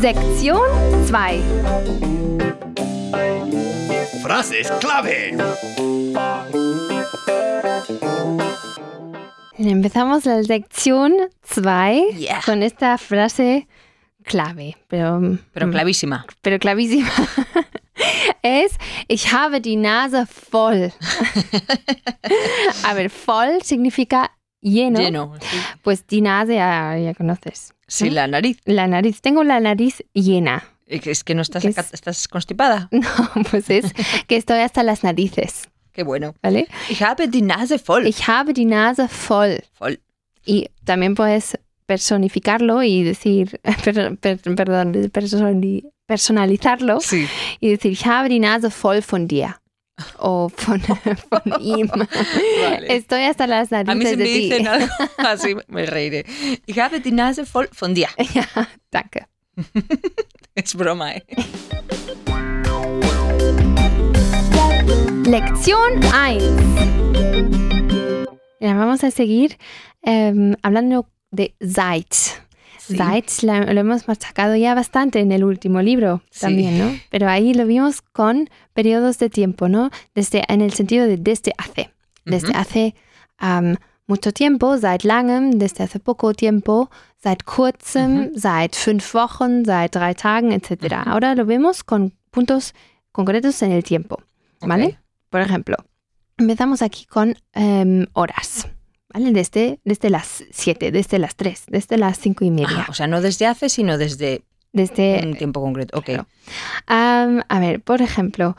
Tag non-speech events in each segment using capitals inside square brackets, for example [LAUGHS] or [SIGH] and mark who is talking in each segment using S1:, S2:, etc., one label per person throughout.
S1: Sektion 2.
S2: Frases
S1: Empezamos la sección 2
S3: Yeah.
S1: con esta frase clave, pero,
S3: Pero clavísima.
S1: pero clavísima. [LAUGHS] Es, ich habe die Nase voll. A ver, voll significa lleno.
S3: Lleno. Sí,
S1: Pues die Nase ya, ya conoces.
S3: Sí, la nariz.
S1: La nariz, tengo la nariz llena. [LAUGHS]
S3: Es que no estás,
S1: ¿Qué es?
S3: acá- estás constipada.
S1: No, pues es que estoy hasta las narices,
S3: Qué bueno.
S1: ¿vale?
S3: Ich habe die Nase voll.
S1: Ich habe die Nase voll.
S3: Voll.
S1: Y también puedes personificarlo y decir, [LAUGHS] per- per- perdón, personi- personalizarlo
S3: Sí.
S1: y decir, ich habe die Nase voll von dir. O von, [LAUGHS] von ihm.
S3: Vale.
S1: Estoy hasta las
S3: A mí
S1: narices
S3: si me
S1: de ti. [LAUGHS]
S3: dicen algo así, me reiré. Ich habe die Nase voll von dir.
S1: Ja, danke.
S3: Es broma, ¿eh?
S1: Lección 1. vamos a seguir em, hablando de Zeit.
S3: Sí.
S1: Zeit la- lo hemos machacado ya bastante en el último libro
S3: Sí.
S1: también, ¿no? Pero ahí lo vimos con periodos de tiempo, ¿no? Desde, en el sentido de desde hace. Desde hace am, mucho tiempo, seit langem, desde hace poco tiempo, seit kurzem, seit fünf Wochen, seit drei Tagen, etc. Ahora lo vemos con puntos concretos en el tiempo, ¿vale?
S3: Ok.
S1: Por ejemplo, empezamos aquí con em, horas, ¿vale? Desde, desde las 7, desde las 3, desde las 5 y media.
S3: Ajá, Ah, o sea, no desde hace, sino desde
S1: Desde,
S3: un tiempo concreto. Ok.
S1: Eh, claro. este am, a ver, por ejemplo,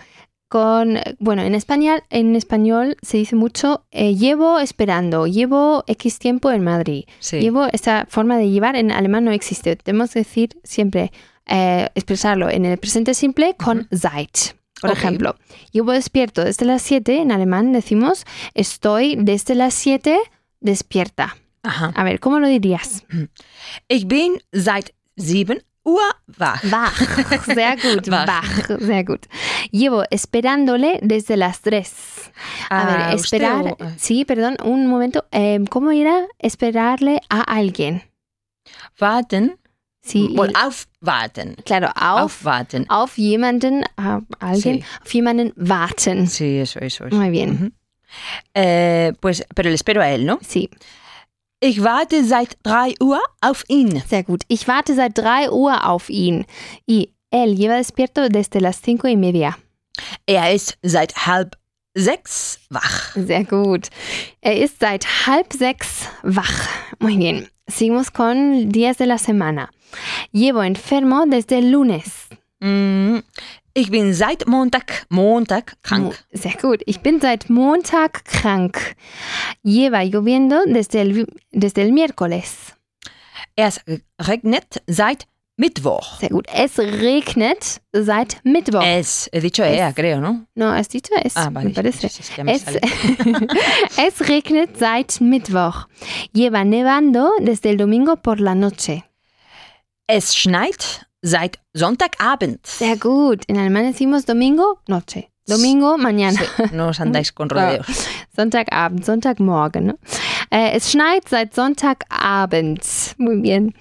S1: con, eh, bueno, en español, en español se dice mucho, eh, llevo esperando, llevo X tiempo en Madrid.
S3: Sí.
S1: Llevo, esta forma de llevar en alemán no existe. Tenemos que decir siempre, eh, expresarlo en el presente simple con Zeit. Por
S3: Ok.
S1: ejemplo, llevo despierto desde las 7, en alemán decimos, estoy desde las 7 despierta.
S3: Ajá.
S1: A ver, ¿cómo lo dirías?
S3: Ich bin seit 7 Uhr wach.
S1: Bach, sehr gut,
S3: Wach.
S1: Bach, sehr gut. Llevo esperándole desde las 3. A
S3: Ah,
S1: ver,
S3: usted
S1: esperar,
S3: o-
S1: sí, perdón, un momento. eh, ¿Cómo era esperarle a alguien?
S3: Warten.
S1: Sí,
S3: Wohl
S1: y-
S3: aufwarten.
S1: claro, auf,
S3: Aufwarten.
S1: auf jemanden, a alguien,
S3: Sí.
S1: auf jemanden warten.
S3: Sí, eso, eso. eso.
S1: Muy bien.
S3: Ujú. Eh, pues, pero le espero a él, ¿no?
S1: Sí,
S3: Ich warte seit 3 Uhr auf ihn.
S1: sehr gut. Ich warte seit 3 Uhr auf ihn. Y él lleva despierto desde las cinco y media.
S3: Er ist seit halb sechs wach.
S1: Sehr gut. Er ist seit halb sechs wach. Muy bien. Seguimos con días de la semana. Llevo enfermo desde el lunes.
S3: Mm, Ich bin seit Montag, Montag krank.
S1: Mo- Sehr gut. Ich bin seit Montag krank. Lleva lloviendo desde el, vi- desde el miércoles.
S3: Es regnet seit Mittwoch.
S1: Sehr gut. Es regnet seit Mittwoch.
S3: Es, he dicho er,
S1: Es.
S3: creo, ¿no?
S1: No, has dicho es.
S3: Äh. Ah, vale.
S1: Me parece.
S3: Es, ya me
S1: Es,
S3: sale.
S1: [LAUGHS] es regnet seit Mittwoch. Lleva nevando desde el domingo por la noche.
S3: es schneit seit Sonntagabend.
S1: Sehr gut. En alemán decimos domingo, noche. Domingo, mañana. [LAUGHS]
S3: Sí, no os andáis [LAUGHS] con rodeos.
S1: Sonntagabend, Sonntagmorgen. ¿no? Eh, es schneit seit Sonntagabend. Muy bien.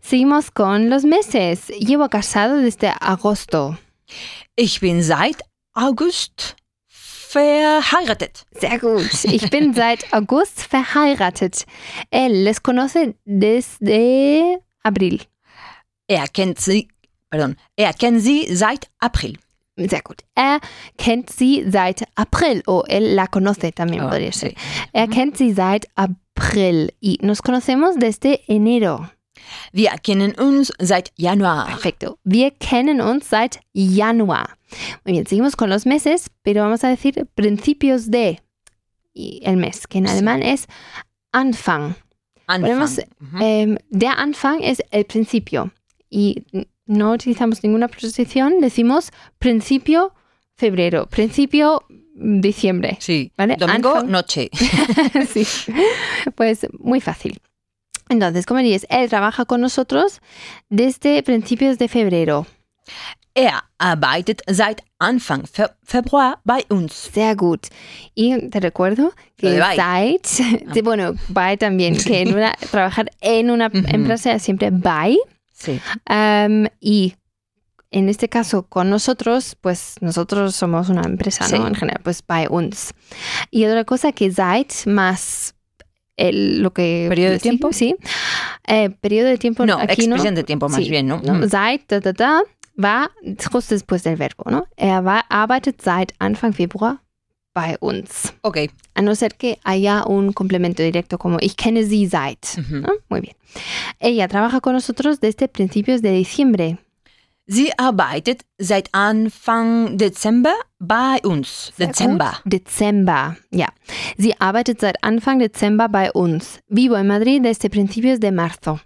S1: Seguimos con los meses. Llevo casado desde agosto.
S3: Ich bin seit August verheiratet.
S1: Sehr gut. [LAUGHS] Ich bin seit August verheiratet. Él les conoce desde abril.
S3: Er kennt sie, pardon, er kennt sie seit April.
S1: Sehr gut. Er kennt sie seit April. Oh, él la conoce también,
S3: Ah,
S1: podría ser.
S3: sí.
S1: Er kennt sie seit April. Y nos conocemos desde enero.
S3: Wir kennen uns seit Januar.
S1: Perfecto. Wir kennen uns seit Januar. Muy bien, seguimos con los meses, pero vamos a decir principios de y el mes, que en
S3: Sí.
S1: alemán es Anfang.
S3: Anfang.
S1: Podemos-
S3: Mhm.
S1: Em, der Anfang es el principio. Y no utilizamos ninguna preposición, decimos principio febrero, principio
S3: [LAUGHS]
S1: diciembre.
S3: Sí.
S1: vale,
S3: Domingo,
S1: Anfang.
S3: noche.
S1: Sí. Pues muy fácil. Entonces, como dirías, él trabaja con nosotros desde principios de febrero.
S3: Er arbeitet seit Anfang Fe Februar bei uns.
S1: Sehr gut. Y te recuerdo
S3: Lo
S1: que
S3: de bei.
S1: seit, [LAUGHS] sí, bueno, by también, que en una- trabajar en una
S3: Ujú.
S1: empresa es siempre by,
S3: Sí.
S1: Am, y en este caso con nosotros, pues nosotros somos una empresa,
S3: Sí.
S1: ¿no? En general, pues by uns. Y otra cosa que seit más el, lo que...
S3: ¿Periodo de
S1: sí,
S3: tiempo?
S1: Sí. Eh, periodo de tiempo
S3: No,
S1: aquí no.
S3: expresión de tiempo más
S1: Sí,
S3: bien, ¿no?
S1: ¿no?
S3: Mm.
S1: Seit da, da, da, war justo después del verbo, ¿no? Er war, arbeitet seit Anfang Februar bei uns.
S3: Ok.
S1: A no ser que haya un complemento directo como ich kenne sie seit.
S3: Ujú.
S1: ¿no? Muy bien. Ella trabaja con nosotros desde principios de diciembre.
S3: Sie arbeitet seit Anfang Dezember bei uns.
S1: Sehr
S3: Dezember.
S1: gut. Dezember, ja. Sie arbeitet seit Anfang Dezember bei uns. Vivo en Madrid desde principios de marzo.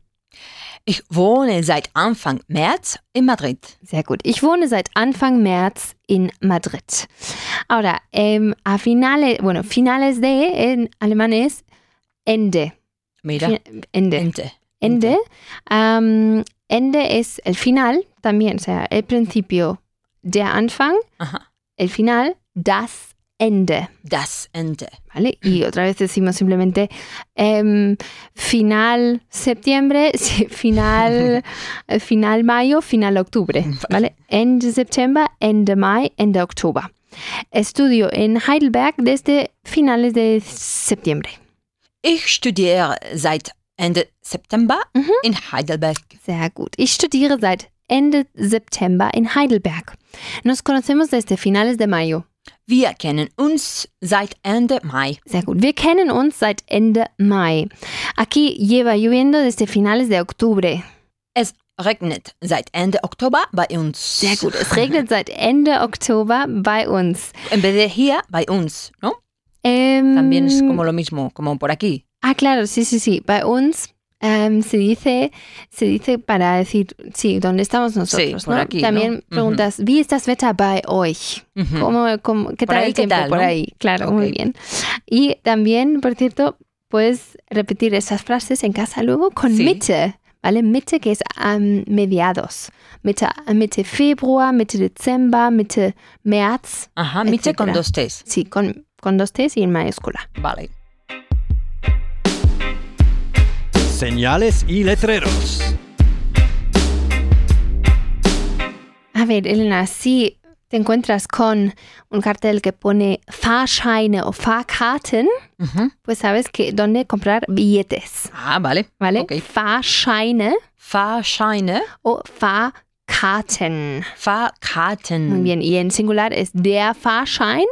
S3: Ich wohne seit Anfang März in Madrid.
S1: Sehr gut. Ich wohne seit Anfang März en Madrid. Ahora, em, a finales, bueno, finales de en alemán es Ende.
S3: Mira.
S1: Fi- Ende.
S3: Ente.
S1: Ende. Am, Ende es el final también, o sea, el principio, der Anfang,
S3: Ajá.
S1: el final, das Ende.
S3: Das Ente.
S1: ¿Vale? Y otra vez decimos simplemente em, final septiembre, [LAUGHS] sí, final, eh, final mayo, final octubre. ¿vale? Ende septiembre, Ende Mai, Ende octubre. Estudio en Heidelberg desde finales de septiembre.
S3: Ich studiere seit Ende September
S1: Mhm.
S3: in Heidelberg.
S1: Sehr gut. Ich studiere seit Ende September in Heidelberg. Nos conocemos desde finales de mayo.
S3: Wir kennen uns seit Ende Mai.
S1: Sehr gut. Wir kennen uns seit Ende Mai. Aquí lleva lloviendo desde finales de octubre.
S3: Es regnet seit Ende Oktober bei uns.
S1: Sehr gut. Es regnet seit Ende Oktober bei uns.
S3: En vez de hier, Äh, bei uns, ¿no?
S1: Ähm,
S3: También es como lo mismo, como por aquí.
S1: Ah, claro, sí, sí, sí. Bei uns ähm, se dice, se dice para decir, sí, donde estamos nosotros.
S3: por
S1: ¿no?
S3: aquí, ¿no?
S1: También
S3: Ujú.
S1: preguntas, ¿wie ist das Wetter bei euch?
S3: Ujú.
S1: ¿Cómo, cómo, qué
S3: Por
S1: tal
S3: ahí,
S1: el
S3: ¿qué
S1: tiempo
S3: tal,
S1: por
S3: no?
S1: ahí? Claro, muy
S3: Ok.
S1: bien. Y también, por cierto, puedes repetir esas frases en casa luego con
S3: Sí.
S1: Mitte, ¿vale? Mitte que es am mediados. Mitte, Mitte Februar, Mitte Dezember, Mitte März.
S3: Ajá, Miche con
S1: etcétera.
S3: dos T's.
S1: Sí, con, con dos T's y en mayúscula.
S3: Vale.
S2: Señales y letreros.
S1: A ver, Elena, si te encuentras con un cartel que pone Fahrscheine o Fahrkarten,
S3: Ujú.
S1: pues sabes que dónde comprar billetes,
S3: Mhm. Ah, vale.
S1: ¿vale?
S3: Ok.
S1: Fahrscheine
S3: Fahrscheine,
S1: o Fahrkarten.
S3: Fahrkarten.
S1: Muy bien, y en singular es der Fahrschein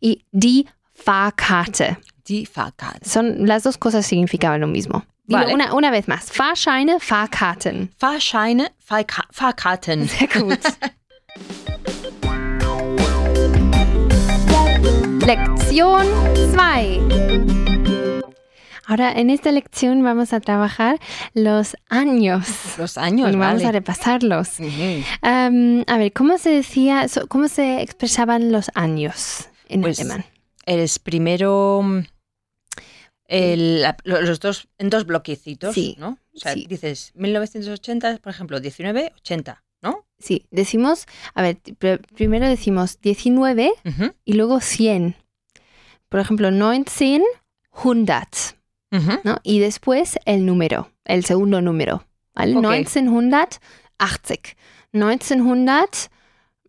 S1: y die Fahrkarte.
S3: Die Fahrkarten.
S1: Son las dos cosas significaban lo mismo. Dilo
S3: Vale.
S1: Una, una vez más, Fahrscheine,
S3: [LAUGHS]
S1: Fahrkarten.
S3: Fahrscheine, Fahrka
S1: [LAUGHS]
S3: Fahrkarten.
S1: Sehr gut. Lección 2. Ahora en esta lección vamos a trabajar los años.
S3: Los
S1: Y
S3: años,
S1: vamos a
S3: vale. Mhm.
S1: repasarlos.
S3: Ujú.
S1: Am, a ver, ¿cómo se decía, so- cómo se expresaban los años en
S3: Pues,
S1: alemán?
S3: Es primero mm, el- la- lo- los dos en dos bloquecitos,
S1: Sí,
S3: ¿no? O sea,
S1: sí.
S3: dices 1980, por ejemplo, 1980, ¿no?
S1: Sí, decimos, a ver, pr- primero decimos 19
S3: Ujú,
S1: y luego 100. Por ejemplo, 19, 100.
S3: ujú.
S1: ¿no? Y después el número, el segundo número, ¿vale?
S3: Ok.
S1: 1980,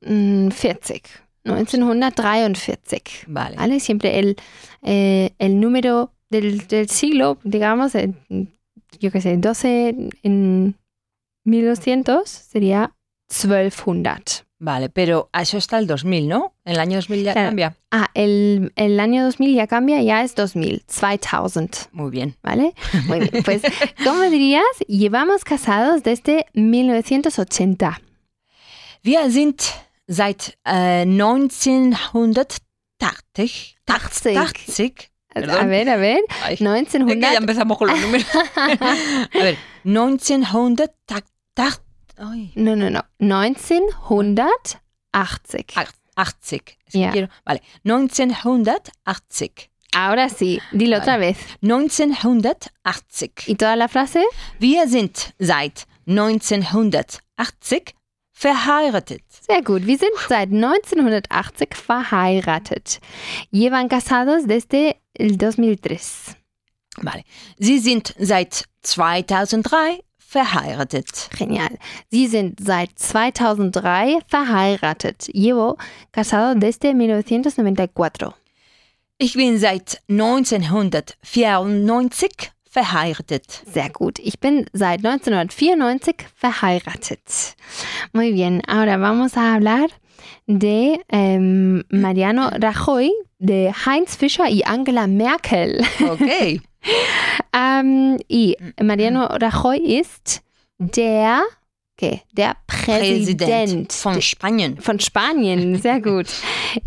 S1: mm, 1940, 1943,
S3: Vale.
S1: ¿vale? Siempre el, eh, el número del, del siglo, digamos, eh, yo qué sé, 12 en 1200 sería 1200.
S3: Vale, pero a eso está el 2000, ¿no? En el año 2000 ya
S1: Claro.
S3: cambia.
S1: Ah, el, el año 2000 ya cambia, ya es 2000, 2000.
S3: Muy bien.
S1: ¿Vale? Muy bien,
S3: [LAUGHS]
S1: pues, ¿cómo dirías? Llevamos casados desde 1980.
S3: Wir sind seit äh, 1980.
S1: 80.
S3: 80.
S1: A
S3: Perdón.
S1: ver, a ver.
S3: Ay, es que ya
S1: 1900.
S3: empezamos con los
S1: [LAUGHS]
S3: números. [LAUGHS] a ver, 1980. Ay.
S1: No, no, no.
S3: Ah.
S1: 1980.
S3: 80. Es um,
S1: Ja.
S3: que quiero- vale. 1980.
S1: Ahora sí, dilo otra vez.
S3: 1980.
S1: ¿Y toda la frase?
S3: Wir sind seit 1980 verheiratet.
S1: Sehr gut. Wir sind seit 1980 verheiratet. Llevan casados desde el 2003.
S3: Vale. Sie sind seit 2003 verheiratet.
S1: Genial. Sie sind seit 2003 verheiratet. Llevo casado desde 1994.
S3: Ich bin seit 1994 verheiratet.
S1: Sehr gut. Ich bin seit 1994 verheiratet. Muy bien. Ahora vamos a hablar de em, Mariano Rajoy, de Heinz Fischer y Angela Merkel.
S3: Okay.
S1: Ähm, y Mariano Rajoy ist der, okay, der [LAUGHS] Präsident,
S3: Präsident von Spanien.
S1: von Spanien. Sehr
S3: [LAUGHS]
S1: gut.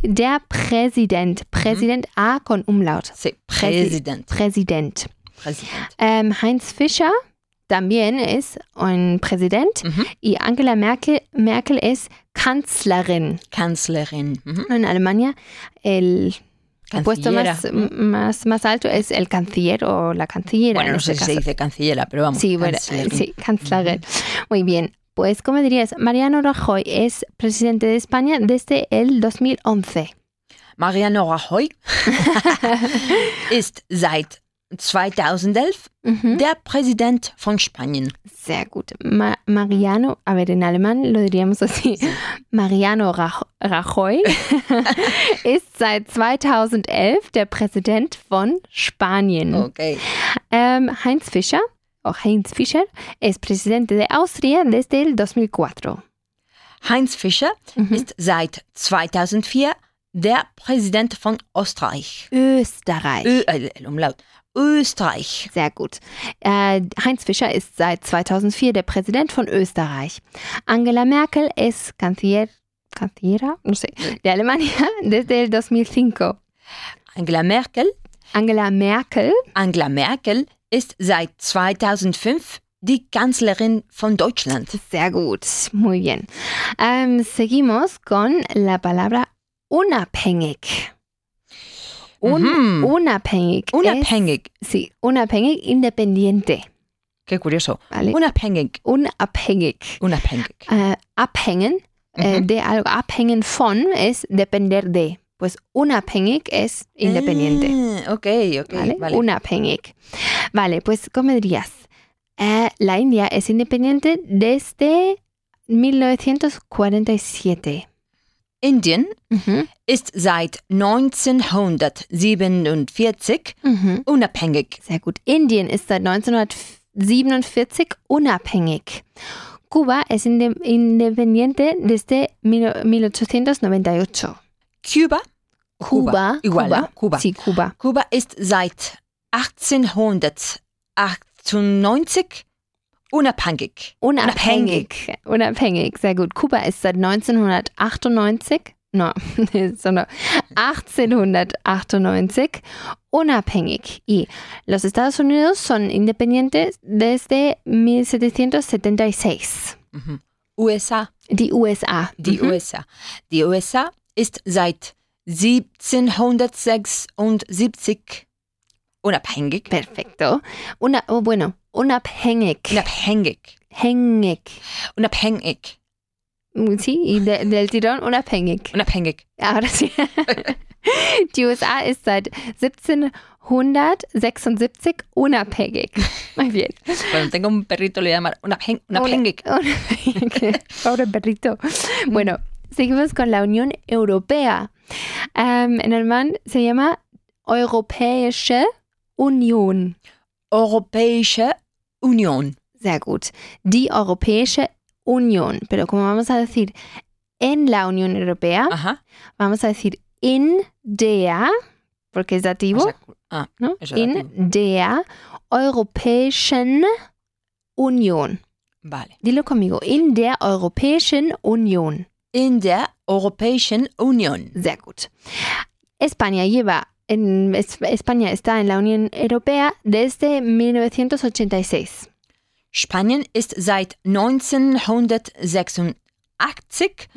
S1: Der
S3: Mhm.
S1: Präsident. Präsident A con Umlaut.
S3: Sí, Präsident.
S1: Präsident.
S3: Präsident.
S1: Ähm, Heinz Fischer también ist ein Präsident.
S3: Mhm.
S1: Y Angela Merkel, Merkel ist Kanzlerin.
S3: Kanzlerin. Mhm.
S1: En Alemania, el puesto
S3: Cancillera.
S1: más, más, más alto es el canciller o la cancillera.
S3: Mhm. Bueno,
S1: Genau, en
S3: no
S1: este
S3: sé si
S1: caso.
S3: se dice cancillera, pero vamos.
S1: Sí, bueno,
S3: Kanzlerin.
S1: sí, Kanzlerin. Muy bien. Pues, como dirías, Mariano Rajoy es presidente de España desde el 2011.
S3: Mariano
S1: [LAUGHS]
S3: Rajoy ist seit 2011
S1: Ujú.
S3: der Präsident von Spanien.
S1: Sehr gut. Ma Mariano, a ver, en alemán lo diríamos así. Mariano Raj [LAUGHS] Rajoy ist seit 2011 der Präsident von Spanien.
S3: Okay.
S1: Ähm, Heinz Fischer, o Heinz Fischer, es presidente de Austria desde el 2004.
S3: Heinz Fischer
S1: Mhm.
S3: ist seit 2004 der Präsident von Österreich.
S1: Österreich.
S3: Ö, äh, Umlaut. Österreich.
S1: Sehr gut. Äh, Heinz Fischer ist seit 2004 der Präsident von Österreich. Angela Merkel es canciller, cancillera, no sé, de Alemania [LAUGHS] desde el 2005.
S3: Angela Merkel.
S1: Angela Merkel,
S3: Angela Merkel ist seit 2005 die Kanzlerin von Deutschland.
S1: sehr gut, muy bien. Ähm, seguimos con la palabra unabhängig. Un-
S3: Mhm.
S1: Unabhängig. es-
S3: Unabhängig.
S1: sí, unabhängig, independiente.
S3: Qué curioso.
S1: Vale.
S3: Unabhängig.
S1: unabhängig.
S3: Unabhängig.
S1: äh, abhängen, äh, de algo abhängen von es depender de. Pues unabhängig es independiente.
S3: Ah, okay, okay.
S1: ¿Vale?
S3: vale.
S1: Unabhängig. Vale, pues como dirías, eh, la India es independiente desde 1947.
S3: Indien
S1: Mhm.
S3: ist seit 1947
S1: Mhm.
S3: unabhängig.
S1: Sehr gut. Indien ist seit 1947 unabhängig. Cuba es inde- independiente desde 1898.
S3: Kuba.
S1: Kuba.
S3: Igual, ne? Kuba.
S1: Sí, Kuba.
S3: Kuba ist seit 1898 unabhängig.
S1: Unabhängig. Unabhängig, sehr gut. Kuba ist seit 1998, no, [LAUGHS] sondern 1898 unabhängig. Y los Estados Unidos son independientes desde 1776.
S3: Mhm. USA.
S1: Die USA.
S3: Die
S1: Mhm.
S3: USA. Die USA ist seit 1776 unabhängig.
S1: Perfecto. Una, oh, bueno, unabhängig.
S3: Unabhängig.
S1: Hängig. Mm,
S3: Unabhängig.
S1: Sí, y de- del tirón unabhängig.
S3: Unabhängig.
S1: Ahora sí. [LAUGHS] Die USA ist seit 1776 unabhängig. Muy bien.
S3: Cuando tenga un perrito le voy a llamar unabhäng- unabhängig.
S1: Unabhängig. Pobre perrito. Bueno, seguimos con la Unión Europea. Ähm, en alemán se llama Europäische Union.
S3: Europäische Union.
S1: Sehr gut. Die Europäische Union. Pero como vamos a decir en la Unión Europea,
S3: Ajá.
S1: vamos a decir in der, porque es
S3: O
S1: dativo.
S3: sea, ah,
S1: ¿no?
S3: Es relativo.
S1: ne, in der Europäischen Union.
S3: vale.
S1: Dilo conmigo, in der Europäischen Union.
S3: In der Europäischen Union.
S1: Sehr gut. España lleva, en, es- España está en la Unión Europea desde 1986.
S3: Spanien ist seit 1986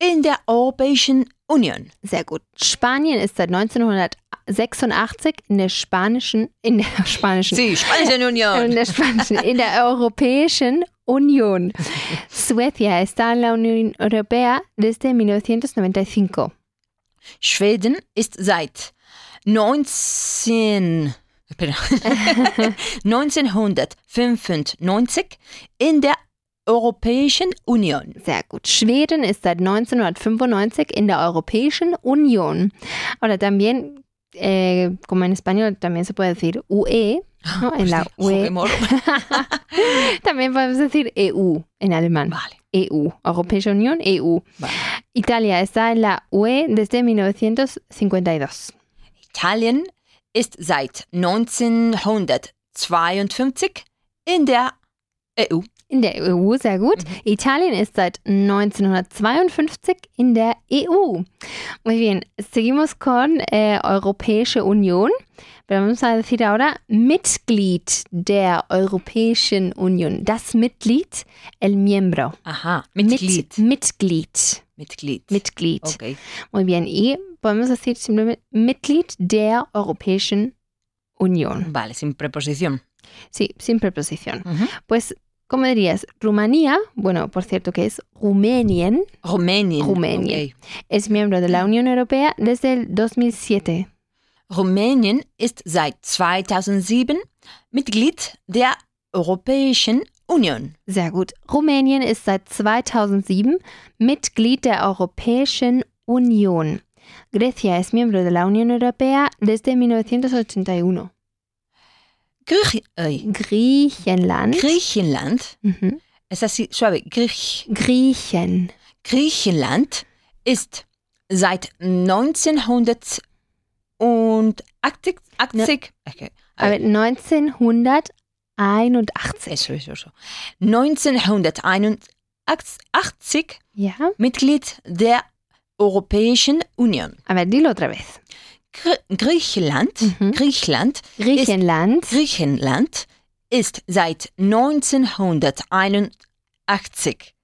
S3: in der Europäischen Union.
S1: Sehr gut. Spanien ist seit 1986 in der spanischen, in der [LAUGHS] spanischen,
S3: Sí, Spanische
S1: in
S3: Union.
S1: der spanischen, in der Europäischen Union. Suecia está en la Unión Europea desde 1995.
S3: Schweden ist seit 19... [LAUGHS] Espera. 1995 in der Europäischen Union.
S1: Sehr gut. Schweden ist seit 1995 in der Europäischen Unión. Ahora también, eh, como en español también se puede decir UE,
S3: Ah,
S1: ¿no? en Oh, la
S3: Hostia, jo, qué
S1: UE.
S3: moro.
S1: También podemos decir EU en alemán.
S3: Vale,
S1: EU, Europäische Unión, EU.
S3: vale.
S1: Italia está en la UE desde 1952.
S3: Italien ist seit 1952 in der E EU.
S1: In der EU, sehr gut.
S3: Mhm.
S1: Italien ist seit 1952 in der EU. Muy bien, seguimos con eh, Europäische Union. Pero vamos a decir ahora also Mitglied der Europäischen Union. Das Mitglied, el miembro.
S3: Aha,
S1: Mit-
S3: Mitglied.
S1: Mitglied.
S3: Mitglied.
S1: Mitglied.
S3: Okay.
S1: Muy bien, y podemos decir simplemente Mitglied der Europäischen Union.
S3: Vale, sin preposición.
S1: Sí, sin preposición.
S3: Ujú.
S1: Pues, ¿cómo dirías? Rumanía, bueno, por cierto que es Rumenien,
S3: Rumänien.
S1: Rumänien.
S3: Okay.
S1: es miembro de la Unión Europea desde el 2007.
S3: Rumänien ist seit 2007 Mitglied der Europäischen Union.
S1: Sehr gut. Rumänien ist seit 2007 Mitglied der Europäischen Union. Grecia es miembro de la Unión Europea desde 1981.
S3: Griech ey.
S1: Griechenland.
S3: Griechenland,
S1: Mhm.
S3: es así suave, Griech.
S1: Griechen.
S3: Griechenland ist seit 1980 okay.
S1: A ver, 1981.
S3: eso, eso, eso. 1981
S1: Ja.
S3: Mitglied der Europäischen Union.
S1: A ver, dilo otra vez.
S3: Gr Griechenland,
S1: Mhm.
S3: Griechenland,
S1: Griechenland.
S3: Griechenland ist seit 1981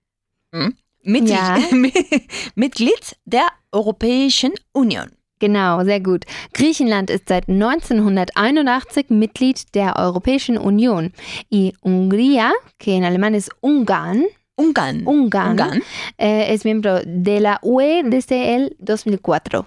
S3: hm, Mitglied,
S1: Ja.
S3: [LAUGHS] Mitglied der Europäischen Union.
S1: Genau, sehr gut. Griechenland ist seit 1981 Mitglied der Europäischen Union. Y Hungría, que en alemán es Ungarn,
S3: Ungarn.
S1: Ungarn,
S3: Ungarn.
S1: eh, es miembro de la UE desde el 2004.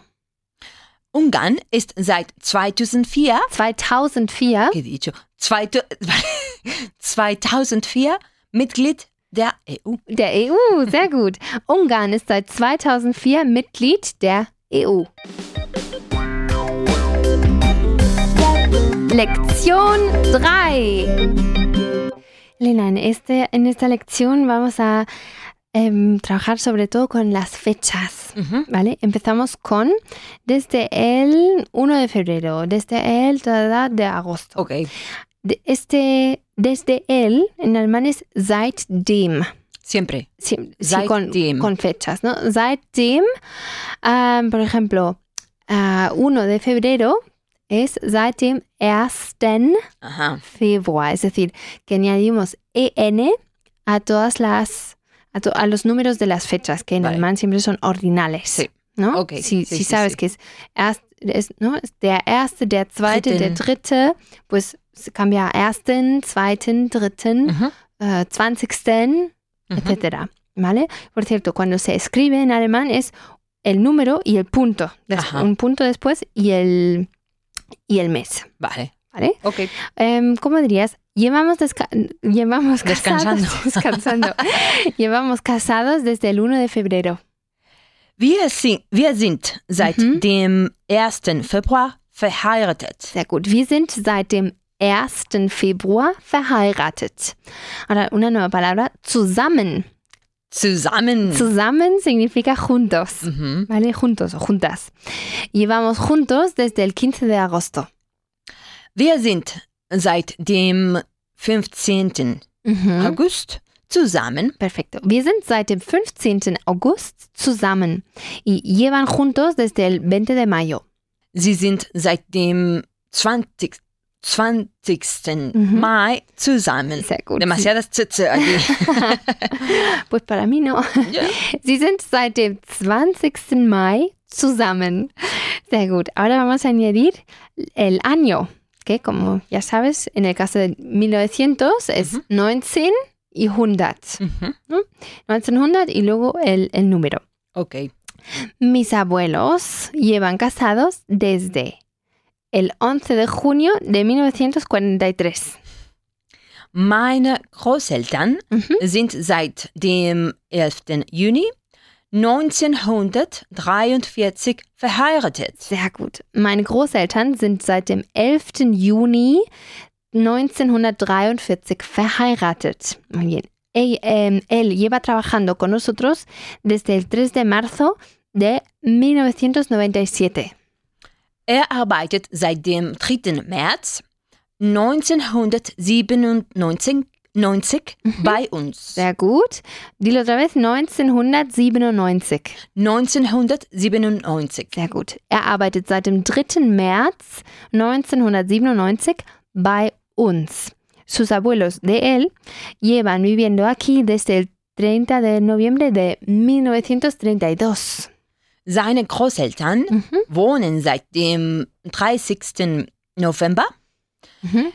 S3: Ungarn ist seit 2004,
S1: 2004,
S3: Qué dicho, Zweite- [LAUGHS] 2004 Mitglied der E EU.
S1: der EU, sehr gut. Ungarn ist seit 2004 Mitglied der E EU. Lección 3. Lena, en, este, en esta lección vamos a em, trabajar sobre todo con las fechas.
S3: Mhm.
S1: ¿Vale? Empezamos con desde el 1 de febrero, desde el ta, ta, ta, de agosto.
S3: Okay.
S1: De- este, desde el, en alemán es seitdem.
S3: Siempre.
S1: Sí, sí, con,
S3: Seitdem.
S1: con fechas, ¿no? Seitdem, ah, por ejemplo, ah, 1 de febrero es seitdem 1.
S3: Ajá.
S1: Februar, es decir, que añadimos EN a todas las a, to- a los números de las fechas, que en
S3: Vale.
S1: alemán siempre son ordinales.
S3: Sí.
S1: ¿No?
S3: Ok,
S1: Si,
S3: sí,
S1: si
S3: sí,
S1: sabes
S3: sí.
S1: que es, erst, es ¿no? Es der erste, der zweite, der
S3: Dritten.
S1: dritte, pues se cambia a ersten, zweiten, dritten,
S3: Ujú.
S1: eh, zwanzigsten,
S3: Ujú.
S1: etcétera. ¿Vale? Por cierto, cuando se escribe en alemán es el número y el punto. des-
S3: Ajá.
S1: Un punto después y el, y el mes.
S3: Vale.
S1: ¿Vale?
S3: Okay.
S1: Em, ¿Cómo dirías? Llevamos, desca- llevamos
S3: Descansando.
S1: casados- [LAUGHS] descansando. llevamos casados desde el 1 de febrero.
S3: Wir sind, wir sind seit
S1: Mhm.
S3: dem 1. Februar verheiratet.
S1: Sehr gut. Wir sind seit dem 1. Februar verheiratet. Ahora, una nueva palabra. Zusammen.
S3: Zusammen.
S1: Zusammen significa juntos.
S3: Mhm.
S1: ¿Vale? Juntos o juntas. Llevamos juntos desde el 15 de agosto.
S3: Wir sind seit dem 15. Mhm.
S1: Ujú.
S3: August zusammen.
S1: Ah, Perfecto. Wir sind seit dem 15. August zusammen. Y llevan juntos desde el 20 de mayo.
S3: Sie sind seit dem 20. 20.
S1: Mhm.
S3: Mai zusammen.
S1: Sehr gut.
S3: Demasiadas Zitze.
S1: [LAUGHS]
S3: aquí.
S1: Pues para mí no.
S3: ja.
S1: [LAUGHS] Sie sind seit dem 20. Mai zusammen. Sehr gut. Ahora vamos a añadir el año, que como ya sabes, en el caso de 1900 es 19 y 100.
S3: Mhm.
S1: 1900 y luego el, el número.
S3: Okay.
S1: Mis abuelos llevan casados desde el 11 de junio de 1943.
S3: Meine Großeltern
S1: Mhm.
S3: sind seit dem 11. Juni 1943 verheiratet.
S1: Sehr gut. Meine Großeltern sind seit dem 11. Juni 1943 verheiratet. Muy bien. Él, eh, él lleva trabajando con nosotros desde el 3 de marzo de 1997.
S3: Er arbeitet seit dem 3. März 1997 90 bei uns.
S1: Mhm. Sehr gut. Dilo otra vez, 1997.
S3: 1997.
S1: Sehr gut. Er arbeitet seit dem 3. März 1997 bei uns. Sus abuelos de él llevan viviendo aquí desde el 30 de noviembre de 1932.
S3: Seine Großeltern
S1: Mhm,
S3: wohnen seit dem 30. November
S1: mhm.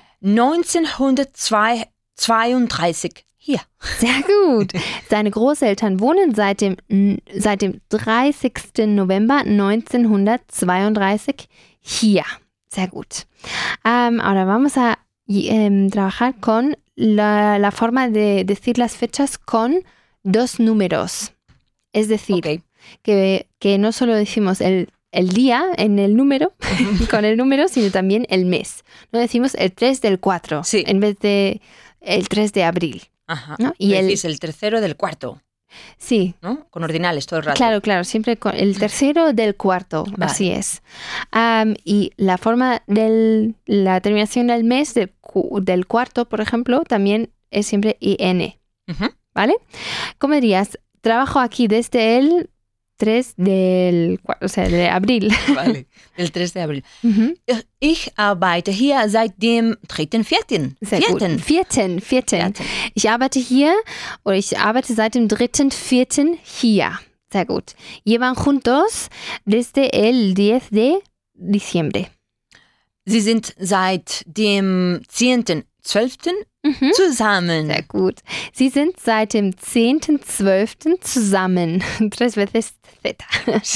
S3: 1932 hier.
S1: Sehr gut. Seine Großeltern wohnen seit dem, seit dem 30. November 1932 hier. Sehr gut. Am, ahora vamos a y, em, trabajar con la, la forma de decir las fechas con dos números. Es decir,
S3: Ok.
S1: que, que no solo decimos el, el día en el número, [LAUGHS] con el número, sino también el mes. No decimos el 3 del 4
S3: Sí.
S1: en vez de el 3 de abril.
S3: Ajá.
S1: ¿no? Y el,
S3: Decís el tercero del cuarto,
S1: sí,
S3: ¿no? Con ordinales todo el rato.
S1: Claro, claro, siempre con el tercero del cuarto,
S3: Vale.
S1: así es. Am, y la forma de la terminación del mes del, cu- del cuarto, por ejemplo, también es siempre IN, [LAUGHS]
S3: Ujú.
S1: ¿vale? ¿Cómo dirías? Trabajo aquí desde el 3 del, cua- o sea, de abril.
S3: Vale. El 3 de abril. Eh,
S1: Ujú,
S3: Ich arbeite hier seit dem 3. 4.
S1: [LAUGHS] Sehr gut.
S3: 4.
S1: Vierten, vierten. Ich arbeite hier, oder ich arbeite seit dem 3.4. hier. Sehr gut. Llevan juntos desde el 10 de diciembre.
S3: Sie sind seit dem 10. 12.
S1: Mhm.
S3: zusammen.
S1: Sehr gut. Sie sind seit dem 10.12. zusammen. [LAUGHS] Tres veces Z.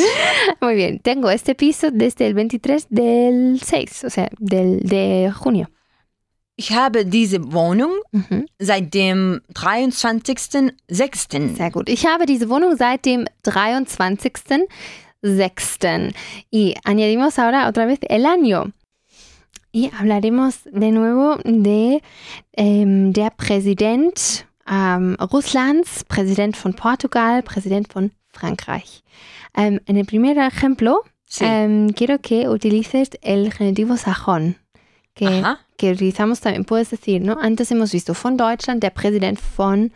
S1: [LAUGHS] Muy bien. Tengo este piso desde el 23 del 6, o sea, del, de junio.
S3: Ich habe diese Wohnung
S1: Mhm.
S3: seit dem 23. 6.
S1: Sehr gut. Ich habe diese Wohnung seit dem 23.06. Y añadimos ahora otra vez el año. Y hablaremos de nuevo de ähm, der Präsident ähm, Russlands, Präsident von Portugal, Präsident von Frankreich. Ähm, en el primer ejemplo,
S3: Sí.
S1: ähm, quiero que utilices el genitivo sajón. Que
S3: Ajá.
S1: que utilizamos también, puedes decir, ¿no? Antes hemos visto von Deutschland, der Präsident von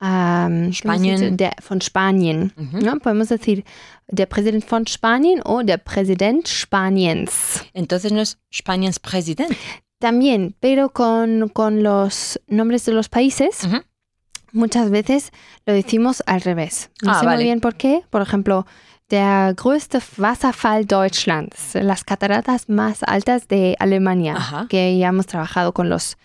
S1: ähm,
S3: Spanien.
S1: ¿cómo se dice? Der, von Spanien.
S3: Mhm.
S1: ¿no? Podemos decir, der Präsident von Spanien o der Präsident Spaniens.
S3: Entonces no es Spaniens presidente.
S1: También, pero con, con los nombres de los países,
S3: Ujú.
S1: muchas veces lo decimos al revés. No
S3: Ah,
S1: sé
S3: vale.
S1: muy bien por qué. Por ejemplo, der größte Wasserfall Deutschlands, las cataratas más altas de Alemania.
S3: Ajá.
S1: que ya hemos trabajado con los,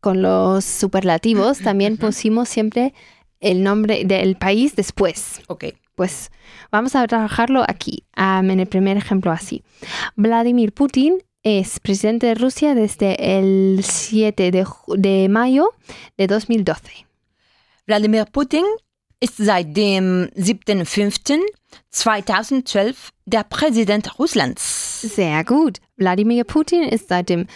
S1: con los superlativos, también
S3: Ujú.
S1: pusimos siempre el nombre del país después.
S3: Ok.
S1: Pues vamos a trabajarlo aquí, am, en el primer ejemplo así. Vladimir Putin es presidente de Rusia desde el 7 de, ju- de mayo de 2012.
S3: Wladimir Putin ist seit dem 7.5.2012 der Präsident Russlands.
S1: Sehr gut. Wladimir Putin ist seit dem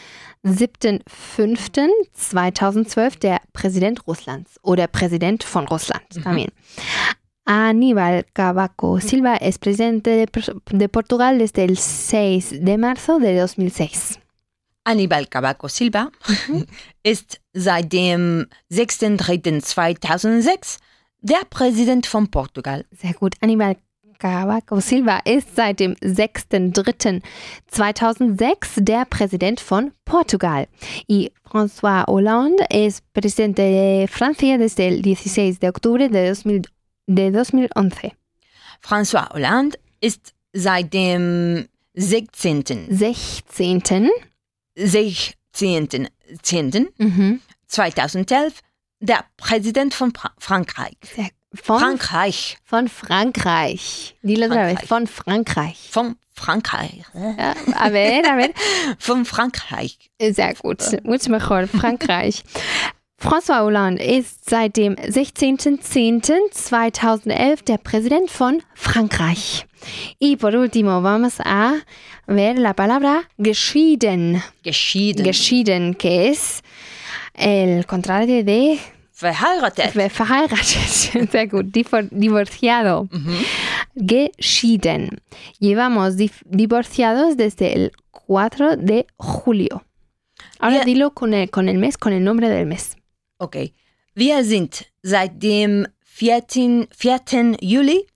S1: 7.5.2012 der Präsident Russlands oder Präsident von Russland. También. Aníbal Cavaco Silva es presidente de, Pers- de Portugal desde el 6 de marzo de 2006.
S3: Aníbal Cabaco Silva ist seit dem 6.3.2006 der Präsident von Portugal.
S1: Sehr gut. Aníbal Cavaco Silva ist seit dem 6.3.2006 der Präsident von Portugal. Y François Hollande es presidente de Francia desde el 16 de octubre de, 2000 de 2011.
S3: François Hollande ist seit dem 16.
S1: 16.
S3: 16. 10.
S1: Mhm.
S3: 2011 der Präsident von pra Frankreich.
S1: Sehr, Von,
S3: Frankreich.
S1: von Frankreich. Dilo otra vez.
S3: Frankreich.
S1: Von Frankreich.
S3: Von Frankreich.
S1: Ja, a ver, a ver.
S3: Von Frankreich.
S1: Äh, Sehr gut, mucho mejor, Frankreich. François Hollande ist seit dem 16.10.2011 der Präsident von Frankreich. Y por último, vamos a ver la palabra geschieden.
S3: Geschieden.
S1: Geschieden, que es el contrario de
S3: Verheiratet.
S1: ver- Äh, verheiratet. [LAUGHS] Sehr gut, divor- divorciado.
S3: Ujú.
S1: Geschieden. Llevamos dif- divorciados desde el 4 de julio. Ahora
S3: Wir-
S1: dilo con el, con el mes, con el nombre del mes.
S3: Okay. Wir sind seit dem 14, 4. Juli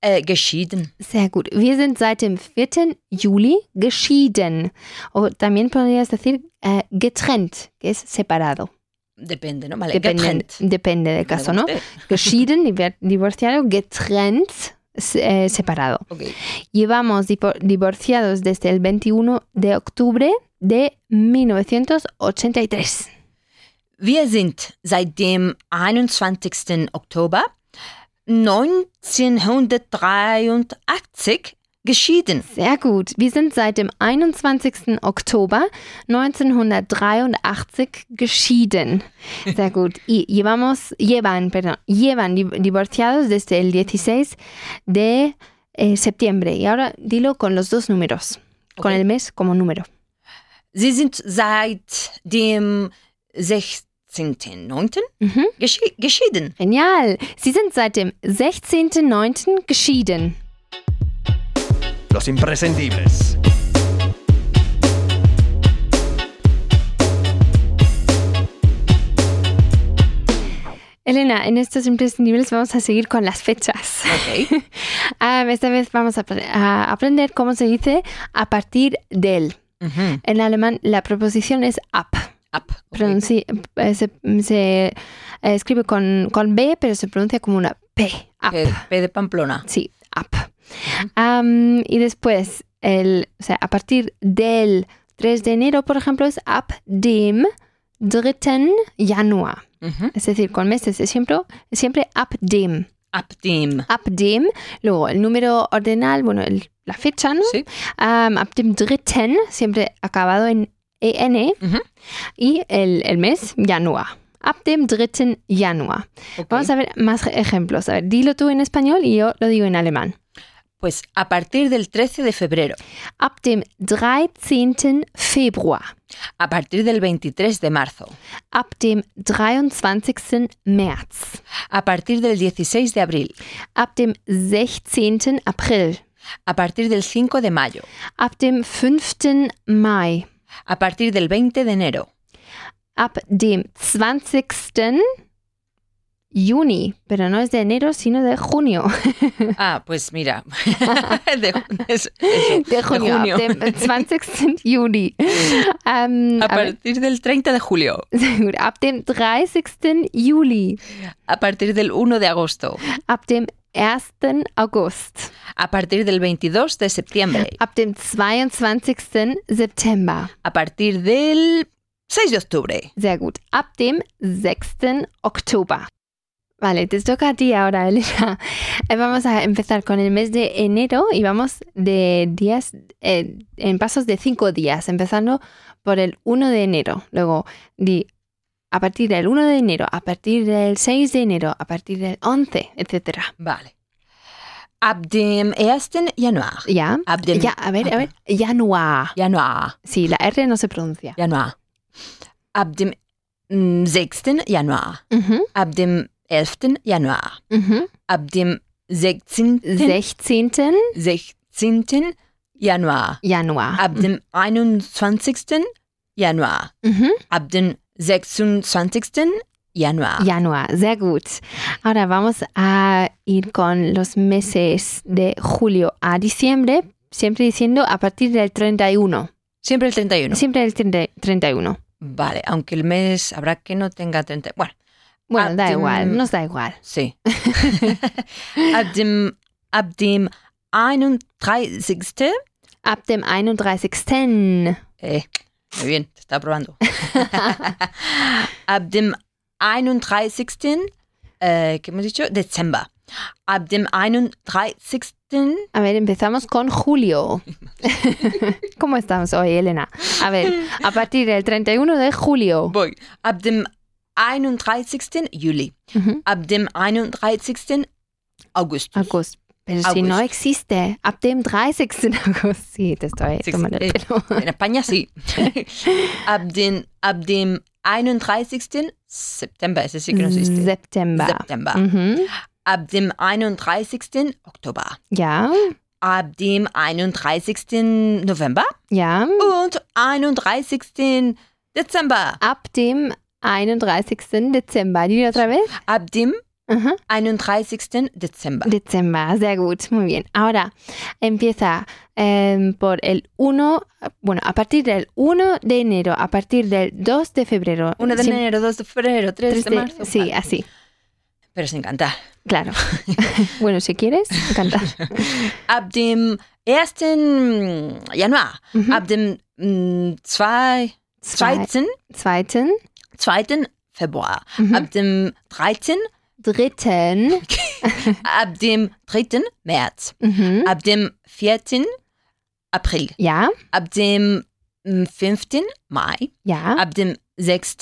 S3: äh, geschieden.
S1: Sehr gut. Wir sind seit dem 4. Juli geschieden. O también podrías decir eh, getrennt, que es separado.
S3: Depende, ¿no? Vale,
S1: Depende,
S3: Eh,
S1: ne?
S3: getrennt.
S1: depende del caso, ¿no?
S3: Usted.
S1: Geschieden, diver- divorciado, getrennt, se- eh, separado.
S3: Okay.
S1: Llevamos dipo- divorciados desde el 21 de octubre de 1983.
S3: Wir sind seit dem 21. Oktober 1983 geschieden.
S1: Sehr gut. Wir sind seit dem 21. Oktober 1983 geschieden. Sehr gut. Y llevamos, llevan, perdón, llevan di- divorciados desde el 16 de eh, septiembre. Y ahora dilo con los dos números. Con
S3: Ok.
S1: el mes como número.
S3: Sie sind seit dem 16.9.
S1: Mhm.
S3: Geschi geschieden.
S1: Genial. Sie sind seit dem 16.09. geschieden.
S2: Los imprescindibles.
S1: Elena, en estos imprescindibles vamos a seguir con las fechas.
S3: Okay.
S1: [LAUGHS] Ah, esta vez vamos a, apre- a aprender cómo se dice a partir del.
S3: Mhm.
S1: En alemán la proposición es ab.
S3: Ab. Okay.
S1: Pronunci- eh, se se, eh, escribe con, con B, pero se pronuncia como una P. Ab.
S3: P, P de Pamplona.
S1: Sí, ab. Am, y después, el, o sea, a partir del 3 de enero, por ejemplo, es ab dem 3. Januar.
S3: Mhm.
S1: Es decir, con meses es siempre, siempre ab dem.
S3: Ab dem.
S1: Ab dem, luego el número ordinal, bueno, el- la fecha, ¿no?
S3: Sí.
S1: Am, ab dem dritten, siempre acabado en EN,
S3: Ujú.
S1: y el, el mes, Januar. Ab dem dritten Januar.
S3: Okay.
S1: Vamos a ver más ejemplos. A ver, dilo tú en español y yo lo digo en alemán.
S3: Pues a partir del 13 de febrero.
S1: Ab dem 13. Februar.
S3: A partir del 23 de marzo.
S1: Ab dem 23. März.
S3: A partir del 16 de abril.
S1: Ab dem 16. April.
S3: A partir del 5 de mayo.
S1: Ab dem 5. Mai.
S3: A partir del 20 de enero.
S1: ab dem 20. Juni, pero no es de enero, sino de junio.
S3: [LAUGHS] Ah, pues mira. [LAUGHS] De, ju- es- eso, de junio.
S1: Ab
S3: [LAUGHS]
S1: dem 20. Juni. Ähm, [LAUGHS]
S3: A
S1: aber,
S3: partir del 30 de julio.
S1: sehr gut. Ab dem 30. Juli.
S3: A partir del 1 de agosto.
S1: Ab dem 1. August.
S3: A partir del 22 de septiembre.
S1: Ab dem 22. September.
S3: A partir del 6 de octubre.
S1: Sehr gut. Ab dem 6. Oktober. Vale, te toca a ti ahora, Elena. [LAUGHS] Eh, Vamos a empezar con el mes de enero y vamos de días, eh, en pasos de cinco días, empezando por el 1 de enero. Luego, di a partir del 1 de enero, a partir del 6 de enero, a partir del 11, etc.
S3: Vale. Ab dem 1. Januar.
S1: ¿Ya?
S3: Ab dem
S1: Ya, a ver, a ver. Januar.
S3: Januar.
S1: Sí, la R no se pronuncia.
S3: Januar. Ab dem mm, 6. Januar.
S1: Ujú,
S3: Ab dem 11. Januar.
S1: ujú.
S3: Ab dem 16.
S1: 16.
S3: 16. Januar.
S1: Januar.
S3: Ab dem 21. Januar.
S1: Ujú.
S3: Ab dem 26. Januar.
S1: Januar, sehr gut. Ahora vamos a ir con los meses de julio a diciembre, siempre diciendo a partir del 31.
S3: Siempre el 31.
S1: Siempre el 30 31.
S3: Vale, aunque el mes habrá que no tenga 30. Bueno,
S1: Bueno,
S3: Ab
S1: da
S3: dem-
S1: igual, nos da igual.
S3: sí. ab dem, ab dem 31.
S1: Ab dem 31.
S3: Eh, muy bien,
S1: [LAUGHS]
S3: te está probando. Ab dem 31. äh, ¿qué hemos dicho? Dezember. Ab dem 31.
S1: A ver, empezamos con julio. [LAUGHS] ¿Cómo estamos hoy, Elena? A ver, a partir del 31 de julio.
S3: Voy. Ab dem 31. Juli.
S1: Ujú.
S3: Ab dem 31. August.
S1: August. Pero si no
S3: August.
S1: existe, ab dem 30. [LAUGHS] August. Sí, te estoy
S3: Sí, sí,
S1: tomando el
S3: eh.
S1: pelo.
S3: En
S1: [LAUGHS]
S3: España sí. ab, den, ab dem 31. September, ese sí que no existe.
S1: September.
S3: September.
S1: Ujú.
S3: Ab dem 31. Oktober.
S1: Ya,
S3: Ab dem 31. November
S1: ya.
S3: und 31. Dezember.
S1: Ab dem 31. Dezember. ¿Y otra vez?
S3: Ab dem
S1: Ajá.
S3: 31. Dezember.
S1: Dezember, sehr gut, muy bien. Ahora empieza em, por el 1, bueno, a partir del 1 de enero, a partir del 2 de febrero.
S3: 1 de
S1: Siem-
S3: enero, 2 de febrero, 3
S1: tres
S3: de
S1: de-
S3: marzo.
S1: Sí,
S3: vale.
S1: así,
S3: Pero sin cantar. [LAUGHS]
S1: claro. bueno, si quieres, cantar.
S3: Ab dem 1. Januar.
S1: Mhm.
S3: Ab dem mm, 2.
S1: Zwei-
S3: 2.
S1: Zweiten,
S3: 2. Februar.
S1: Mhm.
S3: Ab dem 13.
S1: dritten,
S3: Ab dem 3. März.
S1: mhm,
S3: Ab dem 4. April.
S1: ja,
S3: Ab dem mm, 5. Mai.
S1: ja,
S3: Ab dem 6.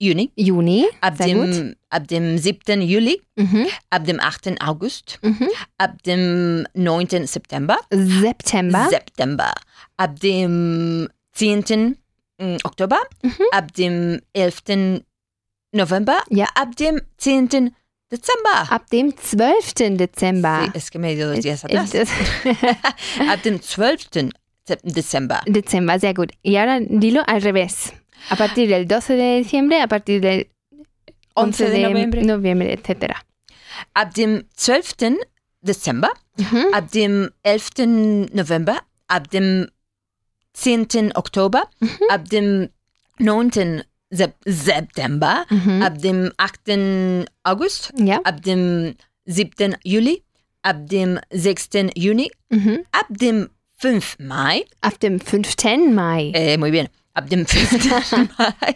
S3: Juni.
S1: Juni,
S3: Ab
S1: sehr gut.
S3: dem, ab dem 7. Juli.
S1: Mhm,
S3: Ab dem 8. August.
S1: mhm.
S3: Ab dem 9. September.
S1: September,
S3: September. Ab dem 10. mm, Oktober.
S1: Mhm.
S3: Ab dem 11. November.
S1: Ja.
S3: Ab dem 10. Dezember.
S1: ab dem 12. Dezember.
S3: Sí, es que me dio dos días atrás.
S1: Es- es-
S3: Ab dem 12. Sep- Dezember.
S1: [LAUGHS] Dezember, sehr gut. Y ahora dilo al revés. A partir del 12 de diciembre, a partir del 11 de noviembre, etcétera.
S3: Ab dem 12. Dezember.
S1: Ujú.
S3: Ab dem 11. November. Ab dem 10. Oktober. Ab dem 9. Sep September.
S1: Ujú.
S3: Ab dem 8. August.
S1: Ja.
S3: Ab dem 7. Juli. Ab dem 6. Juni.
S1: Ujú.
S3: Ab dem 5. Mai.
S1: Ab dem 5. Mai.
S3: Eh, muy bien. Ab dem 5. Mai.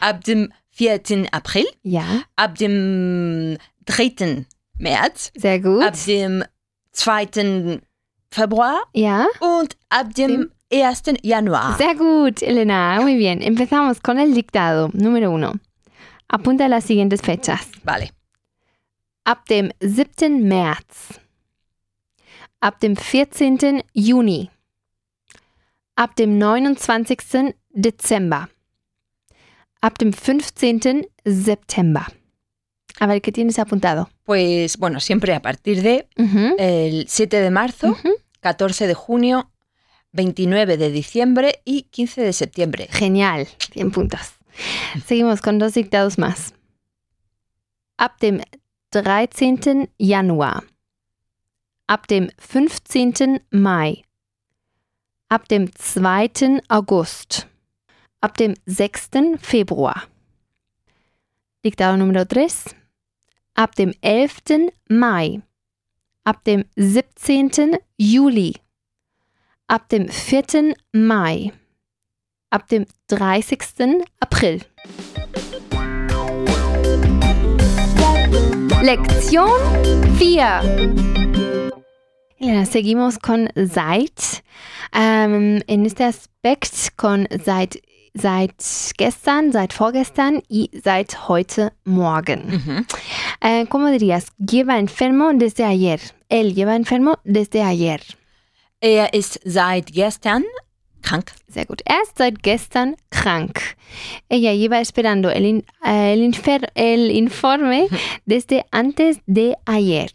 S3: Ab dem 4. April.
S1: Ja,
S3: Ab dem 3. März.
S1: sehr gut.
S3: Ab dem 2. Februar
S1: ja,
S3: und ab dem 1. Januar.
S1: sehr gut, Elena. Muy bien. Empezamos con el dictado número uno. Apunta las siguientes fechas.
S3: Vale.
S1: Ab dem 7. März. Ab dem 14. Juni. Ab dem 29. Dezember. Ab dem 15. September. A ver, ¿qué tienes apuntado?
S3: Pues bueno, siempre a partir de
S1: Ujú,
S3: el 7 de marzo,
S1: ujú.
S3: 14 de junio, 29 de diciembre y 15 de septiembre.
S1: Genial, 100 puntos. Seguimos con dos dictados más. Ab dem 13. Januar. Ab dem 15. Mai. Ab dem 2. August. Ab dem 6. Februar. Dictado número 3. Ab dem 11. Mai. Ab dem 17. Juli. Ab dem 4. Mai ab dem 30. April. Lección 4. Elena, seguimos con seit. Ähm, en este aspecto con seit, seit gestern, seit vorgestern y seit heute Morgen.
S3: Ujú.
S1: Äh, ¿Cómo dirías? Lleva enfermo desde ayer. Él lleva enfermo desde ayer.
S3: Er ist seit gestern krank.
S1: Sehr gut. Er ist seit gestern krank. Ella lleva esperando el, in- eh, el, infer- el
S3: [LAUGHS]
S1: informe desde antes de ayer.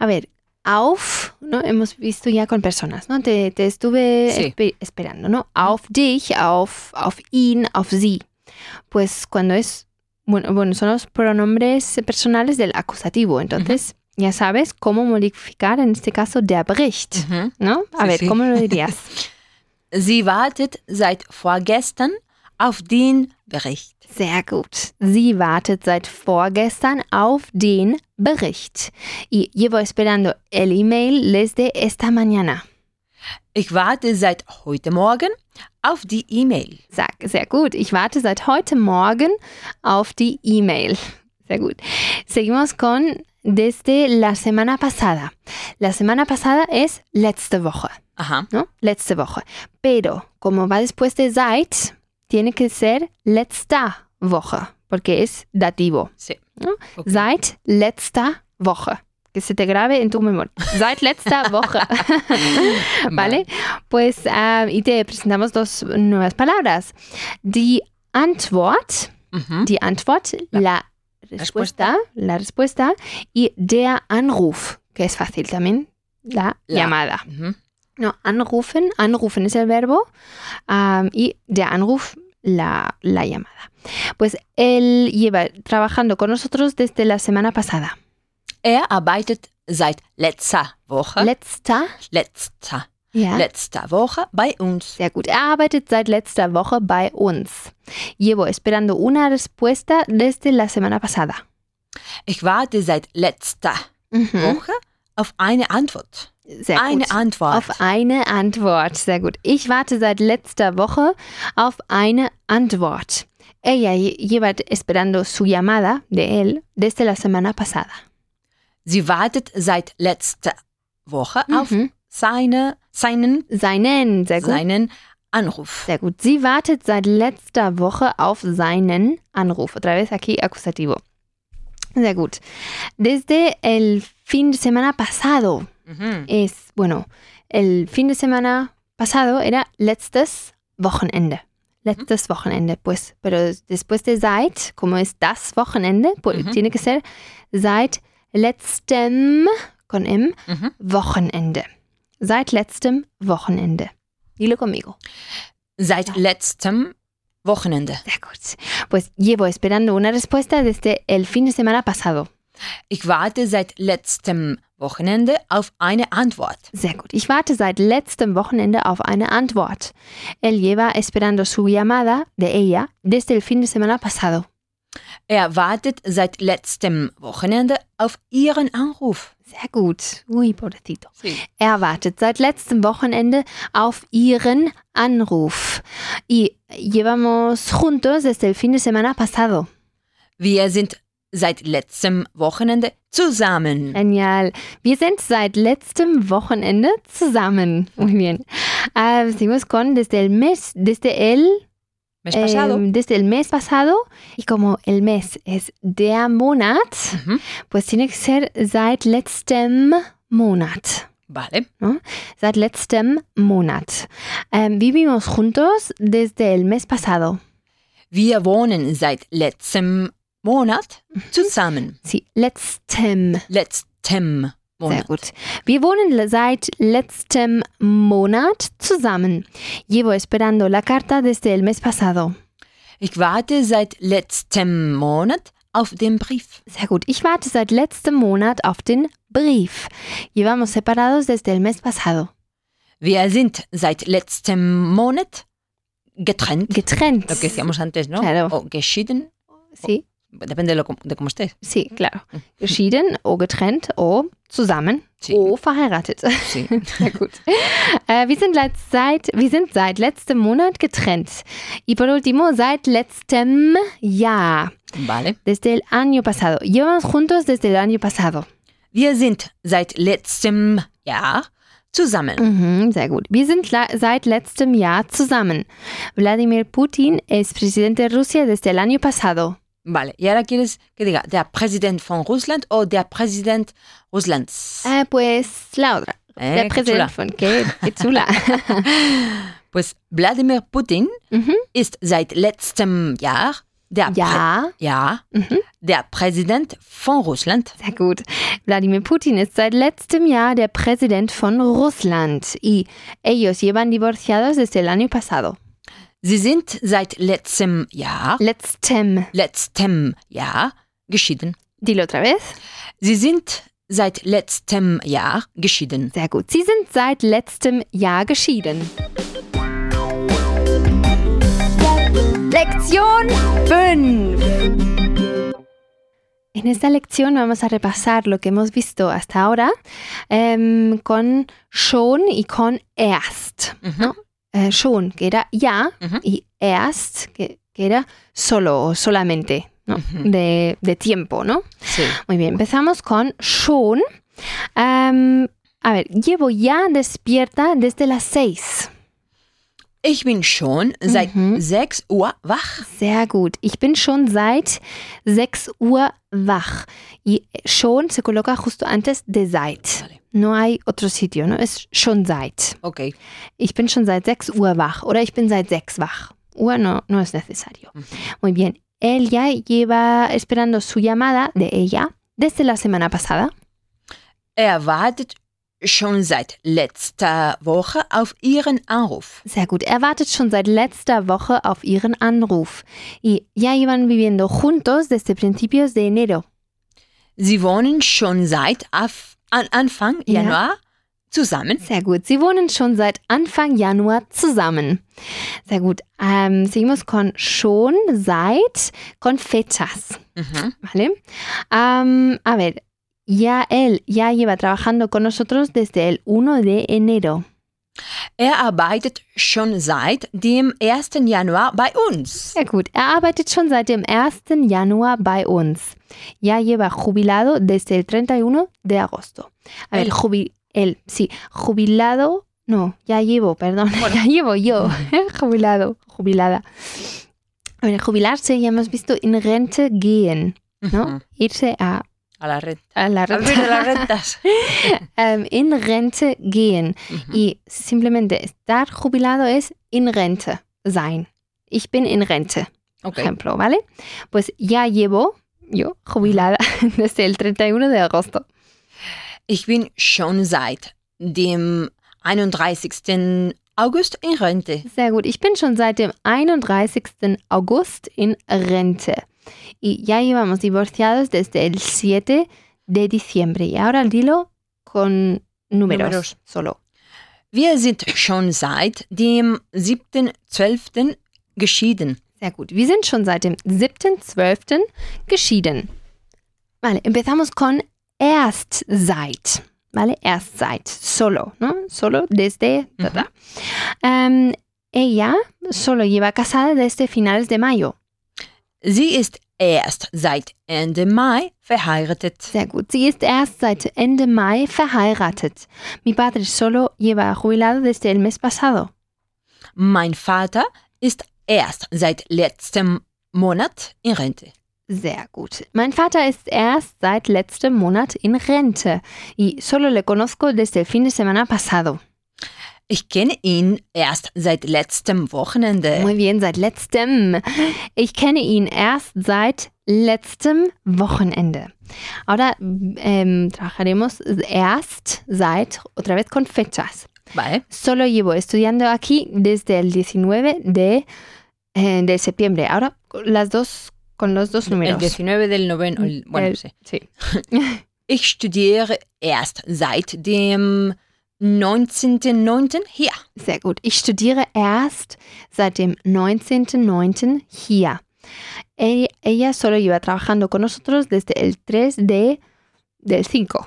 S1: A ver, auf, ¿no? Hemos visto ya con personas, ¿no? Te, te estuve
S3: Sí.
S1: espe- esperando, ¿no? Auf dich, auf, auf ihn, auf sie. Pues cuando es, bueno, bueno, son los pronombres personales del acusativo. Entonces, ya sabes cómo modificar en este caso der Bericht,
S3: Ujú.
S1: ¿no? A
S3: Sí,
S1: ver,
S3: sí.
S1: ¿cómo lo
S3: [LAUGHS]
S1: dirías?
S3: Sie wartet seit vorgestern auf den Bericht.
S1: Sehr gut. Sie wartet seit vorgestern auf den Bericht. Y llevo esperando el email desde esta mañana.
S3: Ich warte seit heute Morgen auf die E-Mail.
S1: Sag, sehr gut. Ich warte seit heute Morgen auf die E-Mail. Sehr gut. Seguimos con desde la semana pasada. La semana pasada es letzte Woche,
S3: Ajá.
S1: ¿no? Letzte Woche. Pero como va después de seit, tiene que ser letzta Woche, porque es dativo.
S3: Sí.
S1: ¿No?
S3: Ok.
S1: Seit letzter Woche. Que se te grabe en tu memoria. Seit [LAUGHS] letzter Woche. ¿Vale? Pues, ah, y te presentamos dos nuevas palabras. Die Antwort,
S3: Ujú.
S1: die Antwort, la, respuesta,
S3: respuesta.
S1: la respuesta, y der Anruf, que es fácil también, la,
S3: La.
S1: llamada.
S3: Ujú.
S1: No, anrufen, anrufen es el verbo, ah, y der Anruf, la, la llamada. Pues él lleva trabajando con nosotros desde la semana pasada.
S3: Er arbeitet seit letzter Woche.
S1: Letzter,
S3: letzter.
S1: ja.
S3: Letzter Woche bei uns.
S1: Sehr gut. Er arbeitet seit letzter Woche bei uns. Llevo esperando una respuesta desde la semana pasada.
S3: Ich warte seit letzter
S1: Mhm.
S3: Woche auf eine Antwort.
S1: Sehr
S3: eine
S1: gut.
S3: Antwort.
S1: Auf eine Antwort. Sehr gut. Ich warte seit letzter Woche auf eine Antwort. Ella lle- lleva esperando su llamada de él desde la semana pasada.
S3: Sie wartet seit letzter Woche auf
S1: Mhm.
S3: seine, seinen,
S1: Seinen. Sehr gut.
S3: seinen Anruf.
S1: Sehr gut. Sie wartet seit letzter Woche auf seinen Anruf. Otra vez aquí acusativo. Sehr gut. Desde el fin de semana pasado
S3: Mhm.
S1: es, bueno, el fin de semana pasado era letztes Wochenende. Letztes Wochenende, pues, pero después de seit, como es das Wochenende, pues,
S3: Mhm.
S1: tiene que ser seit letztem, con M,
S3: Mhm.
S1: Wochenende. Seit letztem Wochenende. Dilo conmigo.
S3: Seit letztem Wochenende.
S1: Sehr gut. Pues llevo esperando una respuesta desde el fin de semana pasado.
S3: Ich warte seit letztem Wochenende auf eine Antwort.
S1: Sehr gut. Ich warte seit letztem Wochenende auf eine Antwort. Él lleva esperando su llamada de ella desde el fin de semana pasado.
S3: Er wartet seit letztem Wochenende auf Ihren Anruf.
S1: Sehr gut. Uy, pobrecito. Er wartet seit letztem Wochenende auf ihren Anruf. Y llevamos juntos desde el fin de semana pasado.
S3: Wir sind seit letztem Wochenende
S1: Ähm,
S3: zusammen.
S1: Genial. Wir sind seit letztem Wochenende zusammen. Muy bien. Ah, seguimos con desde el mes, desde el,
S3: Mes pasado.
S1: eh, desde el mes pasado. Y como el mes es der Monat,
S3: Mhm.
S1: pues tiene que ser seit letztem Monat.
S3: Vale.
S1: Seit letztem Monat. Ähm, vivimos juntos desde el mes pasado.
S3: Wir wohnen seit letztem Monat zusammen.
S1: Sí, letztem.
S3: Letztem
S1: Sehr
S3: Monat.
S1: gut. Wir wohnen le- seit letztem Monat zusammen. Llevo esperando la carta desde el mes pasado.
S3: Ich warte seit letztem Monat auf den Brief.
S1: Sehr gut. Ich warte seit letztem Monat auf den Brief. Llevamos separados desde el mes pasado.
S3: Wir sind seit letztem Monat getrennt.
S1: Getrennt.
S3: Lo que decíamos antes, ¿no?
S1: Claro.
S3: O geschieden.
S1: Sí,
S3: Depende de, lo, com- de cómo estés.
S1: sí, claro. Geschieden, o getrennt, o zusammen,
S3: Sí.
S1: o verheiratet. [LAUGHS]
S3: Sí.
S1: Sehr gut. Äh, wir, sind letzt- seit, wir sind seit letztem Monat getrennt. Y por último, seit letztem Jahr.
S3: Vale.
S1: Desde el año pasado. Llevamos juntos desde el año pasado.
S3: Wir sind seit letztem Jahr zusammen.
S1: Mhm, sehr gut. Wir sind la- seit letztem Jahr zusammen. Wladimir Putin es presidente de Rusia desde el año pasado.
S3: Vale. Y ahora quieres que diga der Präsident von Russland o der Präsident Russlands.
S1: Ah, pues la otra.
S3: Eh,
S1: Der
S3: qué chula.
S1: Präsident von qué, qué [LAUGHS] chula.
S3: Pues Wladimir Putin
S1: Mhm.
S3: ist seit letztem Jahr der, Prä
S1: ja, Mhm.
S3: ja, der Präsident von Russland.
S1: sehr gut. Wladimir Putin ist seit letztem Jahr der Präsident von Russland. Y ellos llevan divorciados desde el año pasado.
S3: Sie sind seit letztem Jahr,
S1: Letztem.
S3: letztem Jahr geschieden.
S1: Dilo otra vez.
S3: Sie sind seit letztem Jahr geschieden.
S1: Sehr gut. Sie sind seit letztem Jahr geschieden. Lección 5. En esta lección vamos a repasar lo que hemos visto hasta ahora em, con schon y con erst.
S3: Mhm.
S1: Eh, schon, que era ya,
S3: Ujú.
S1: y erst, que, que era solo o solamente. ¿no? de, de tiempo, ¿no?
S3: Sí.
S1: Muy bien, empezamos con schon. Am, a ver, llevo ya despierta desde las 6.
S3: Ich bin schon seit
S1: Mhm.
S3: 6 Uhr wach.
S1: Sehr gut. Ich bin schon seit 6 Uhr wach. Y schon se coloca justo antes de seit.
S3: Vale.
S1: No hay otro sitio, ¿no? Es schon seit.
S3: Okay.
S1: Ich bin schon seit 6 Uhr wach oder ich bin seit 6 wach. Uhr no, no es necesario.
S3: Ujú.
S1: Muy bien. Ella lleva esperando su llamada de ella desde la semana pasada.
S3: Er wartet schon seit letzter Woche auf Ihren Anruf.
S1: Sehr gut. Er wartet schon seit letzter Woche auf ihren Anruf. Y ya iban viviendo juntos desde principios de enero.
S3: Sie wohnen schon seit Af an Anfang
S1: Ja.
S3: Januar zusammen.
S1: Sehr gut. Sie wohnen schon seit Anfang Januar zusammen. Sehr gut. Ähm, seguimos con schon seit con fechas.
S3: Mhm.
S1: ¿Vale? Am, a ver. Ya él ya lleva trabajando con nosotros desde el 1 de enero.
S3: Er arbeitet schon seit dem 1. Januar bei uns.
S1: Sehr gut. Er arbeitet schon seit dem 1. Januar bei uns. Ya lleva jubilado desde el 31 de agosto. A ver,
S3: Él.
S1: jubi- él, sí. Jubilado, no, ya llevo, perdón, [LAUGHS] ya llevo yo. [LAUGHS] jubilado, jubilada. A ver, jubilarse ya hemos visto in Rente gehen, ¿no?
S3: Mhm.
S1: Irse a,
S3: A la red.
S1: genau. a la
S3: A
S1: renta.
S3: ver, la red, das.
S1: [LAUGHS] Em, in Rente gehen.
S3: Mhm.
S1: Y simplemente estar jubilado es in Rente sein. Ich bin in Rente.
S3: Okay.
S1: ejemplo, ¿vale? Pues ya llevo, yo, jubilada [LAUGHS] desde el 31 de agosto.
S3: Ich bin schon seit dem 31. August in Rente.
S1: Sehr gut, ich bin schon seit dem 31. August in Rente. Y ya llevamos divorciados desde el 7 de diciembre. Y ahora dilo con números,
S3: Números.
S1: solo.
S3: Wir sind schon seit dem 7.12. geschieden.
S1: Sehr gut, wir sind schon seit dem 7.12. geschieden. Vale, empezamos con erst seit. Vale, erst seit. Solo, ¿no? Solo desde... ta, ta. Ähm, ella solo lleva casada desde finales de mayo.
S3: Sie ist erst seit Ende Mai verheiratet.
S1: Sehr gut. Sie ist erst seit Ende Mai verheiratet. Mi padre solo lleva jubilado desde el mes pasado.
S3: Mein Vater ist erst seit letztem Monat in Rente.
S1: Sehr gut. Mein Vater ist erst seit letztem Monat in Rente. Y solo le conozco desde el fin de semana pasado.
S3: Ich kenne ihn erst seit letztem Wochenende.
S1: Muy bien, seit letztem. Ich kenne ihn erst seit letztem Wochenende. Ahora ähm, trabajaremos erst seit, otra vez con fechas.
S3: Weil
S1: Solo llevo estudiando aquí desde el 19 de, eh, de septiembre. Ahora las dos, con los dos
S3: el
S1: números.
S3: 19 del noveno. el- bueno,
S1: Mm, El-
S3: sí.
S1: sí.
S3: Ich studiere erst seit dem 19.09. hier.
S1: Sehr gut. Ich studiere erst seit dem 19.09. hier. E- Ella solo lleva trabajando con nosotros desde el 3 de, del 5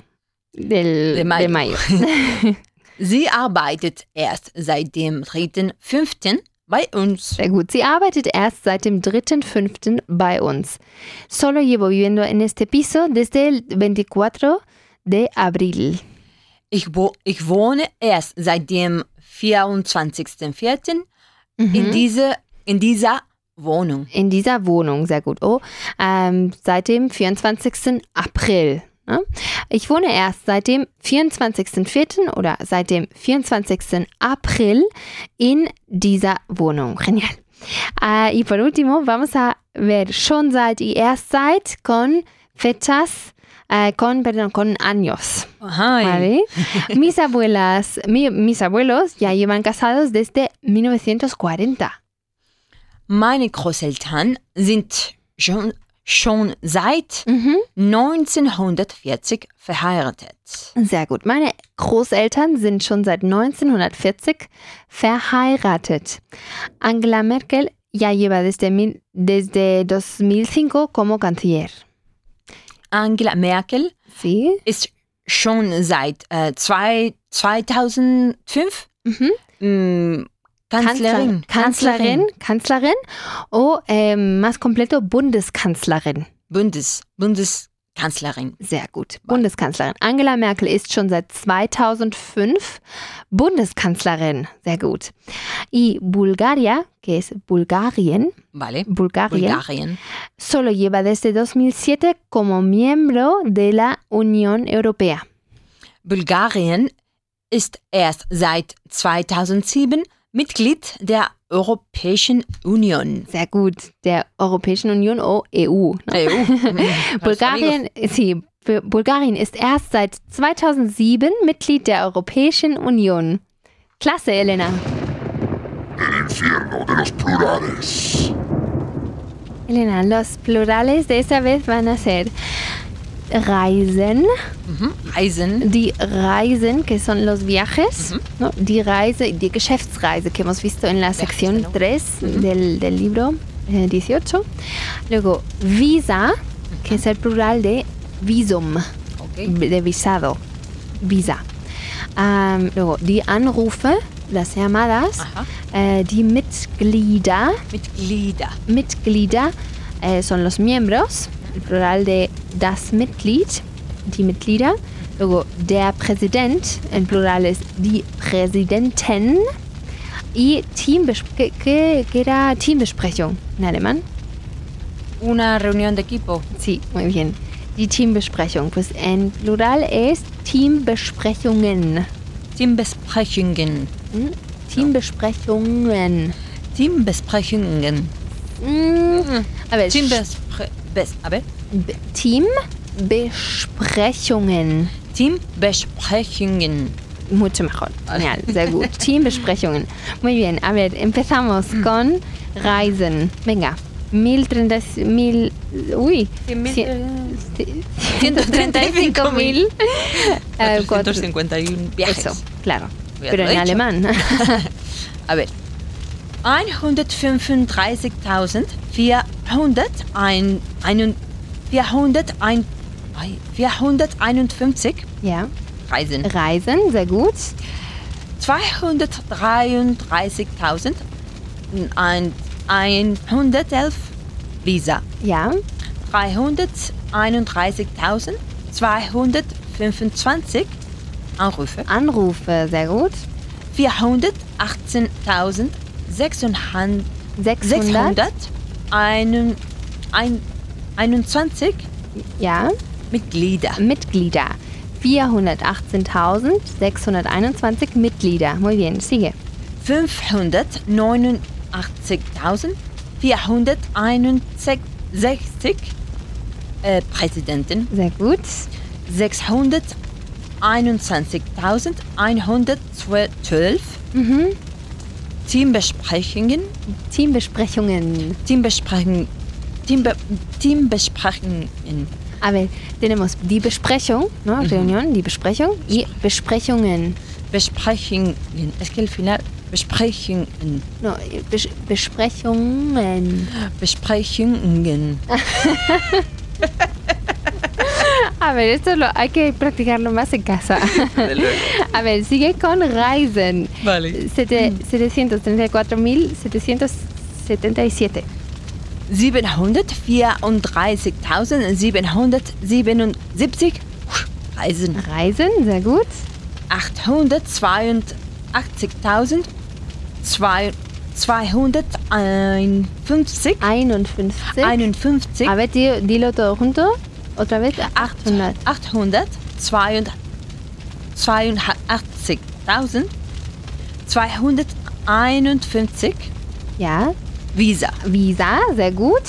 S1: del,
S3: De mayo.
S1: de mayo. [LAUGHS]
S3: Sie arbeitet erst seit dem 3.05. bei uns.
S1: Sehr gut. Sie arbeitet erst seit dem 3.5. bei uns. Solo llevo viviendo en este piso desde el 24 de abril.
S3: Ich, wo ich wohne erst seit dem 24.04.
S1: Mhm.
S3: in, diese, in dieser Wohnung.
S1: In dieser Wohnung, sehr gut. Oh, ähm, seit dem 24. April. Ne? Ich wohne erst seit dem 24.04. oder seit dem 24. April in dieser Wohnung. Genial. Ah, y por último, vamos a ver schon seit y erst seit con fechas, eh, con, perdón, con años.
S3: Aha,
S1: ¿vale? Mis abuelas, mi- mis abuelos ya llevan casados desde 1940.
S3: Meine Großeltern sind schon, schon seit
S1: Mhm.
S3: 1940 verheiratet.
S1: Sehr gut. Meine Großeltern sind schon seit 1940 verheiratet. Angela Merkel ya lleva desde, mil- desde 2005 como canciller.
S3: Angela Merkel
S1: Sí.
S3: ist schon seit äh, zwei, 2005
S1: Mhm.
S3: mh, Kanzlerin.
S1: Kanzlerin, Kanzlerin o eh, más completo Bundeskanzlerin.
S3: Bundes, Bundeskanzlerin.
S1: Sehr gut. Bundeskanzlerin. Angela Merkel ist schon seit 2005 Bundeskanzlerin. Sehr gut. Y Bulgaria, que es Bulgarien,
S3: Vale.
S1: Bulgarien,
S3: Bulgarien.
S1: solo lleva desde 2007 como miembro de la Unión Europea.
S3: Bulgarien ist erst seit 2007 Mitglied der Europäischen Union.
S1: Sehr gut. Der Europäischen Union o EU. Ne? [LAUGHS]
S3: EU.
S1: Bulgarien, sí, Bu- Bulgarien ist erst seit 2007 Mitglied der Europäischen Union. Klasse, Elena.
S4: El infierno de los plurales.
S1: Elena, los plurales de esta vez van a ser Reisen,
S3: Reisen.
S1: die Reisen, que son los viajes, ¿no? die Reise, die Geschäftsreise, que hemos visto en la sección
S3: ¿no?
S1: 3 del, del libro eh, 18. Luego, Visa, que es el plural de Visum.
S3: Okay.
S1: de visado, visa. Ähm, luego, die Anrufe, las llamadas,
S3: Ajá.
S1: äh, die Mitglieder,
S3: Mitglieder.
S1: Mitglieder äh, son los miembros, el plural de das Mitglied, die Mitglieder. Luego, der Präsident, en plural es die Präsidenten. Y Teambes que, que, que era Teambesprechung en alemán.
S3: Una reunión de equipo.
S1: Sí, muy bien. Die Teambesprechung, pues en plural es Teambesprechungen.
S3: Teambesprechungen.
S1: Hm? Teambesprechungen.
S3: Teambesprechungen.
S1: Hm, Aber es-
S3: Teambespre bes a ver.
S1: B- Teambesprechungen.
S3: Teambesprechungen.
S1: Mucho mejor. Genial, sehr gut.
S3: [LAUGHS]
S1: Teambesprechungen. Muy bien, a ver, empezamos
S3: Mm.
S1: con Reisen. Venga, 1030, mil, uy,
S3: Cien mil, eh,
S1: cien- ci-
S3: 135 mil.
S1: 135.000, eh, cuatro-
S3: 451 viajes.
S1: Eso, claro.
S3: Ya
S1: Pero
S3: lo he
S1: en
S3: dicho.
S1: alemán. [LAUGHS]
S3: A ver. 135.451 ein- 401 ei, 451
S1: ja,
S3: Reisen.
S1: Reisen, sehr gut.
S3: 233.111 Visa.
S1: Ja,
S3: 331.225 Anrufe.
S1: Anrufe, sehr gut.
S3: 418.600
S1: 600.
S3: 621
S1: Ja,
S3: Mitglieder.
S1: Mitglieder. 418.621 Mitglieder. Muy bien, sigue.
S3: 589.461 äh, Präsidenten.
S1: Sehr gut.
S3: 621.112 Teambesprechungen.
S1: Teambesprechungen.
S3: Teambesprechungen. Teambe Teambesprechungen.
S1: A ver, Ah, tenemos die Besprechung, ¿no? Reunión, die Besprechung y Besprechungen.
S3: Besprechungen. Es geht final. Besprechungen.
S1: No, Bes Besprechungen.
S3: Besprechungen.
S1: A ver, esto lo, hay que practicarlo más en casa.
S2: Desde luego.
S1: [LAUGHS] A ver, sigue con Reisen.
S3: Vale.
S1: Sete- 734.777.
S3: 734.777 Reisen.
S1: Reisen, sehr gut.
S3: 882.251
S1: 51.
S3: 51
S1: A ver, tío, dilo todo junto. Otra vez, 800.
S3: 882.251
S1: Ja,
S3: Visa
S1: Visa, sehr gut.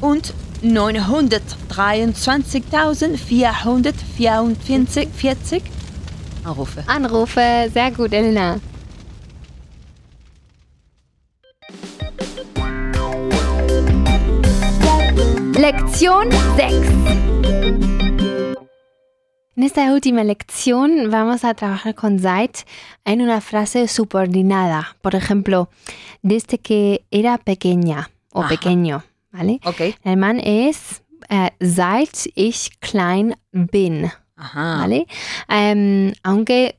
S3: und 923.444
S1: Ah,
S3: Anrufe.
S1: Anrufe, sehr gut, Elena. Lección 6. En esta última lección vamos a trabajar con Zeit en una frase subordinada. Por ejemplo, desde que era pequeña o
S3: Ajá.
S1: pequeño, ¿vale?
S3: Okay.
S1: El man es äh, seit ich klein bin.
S3: Aha.
S1: ¿vale? Em, aunque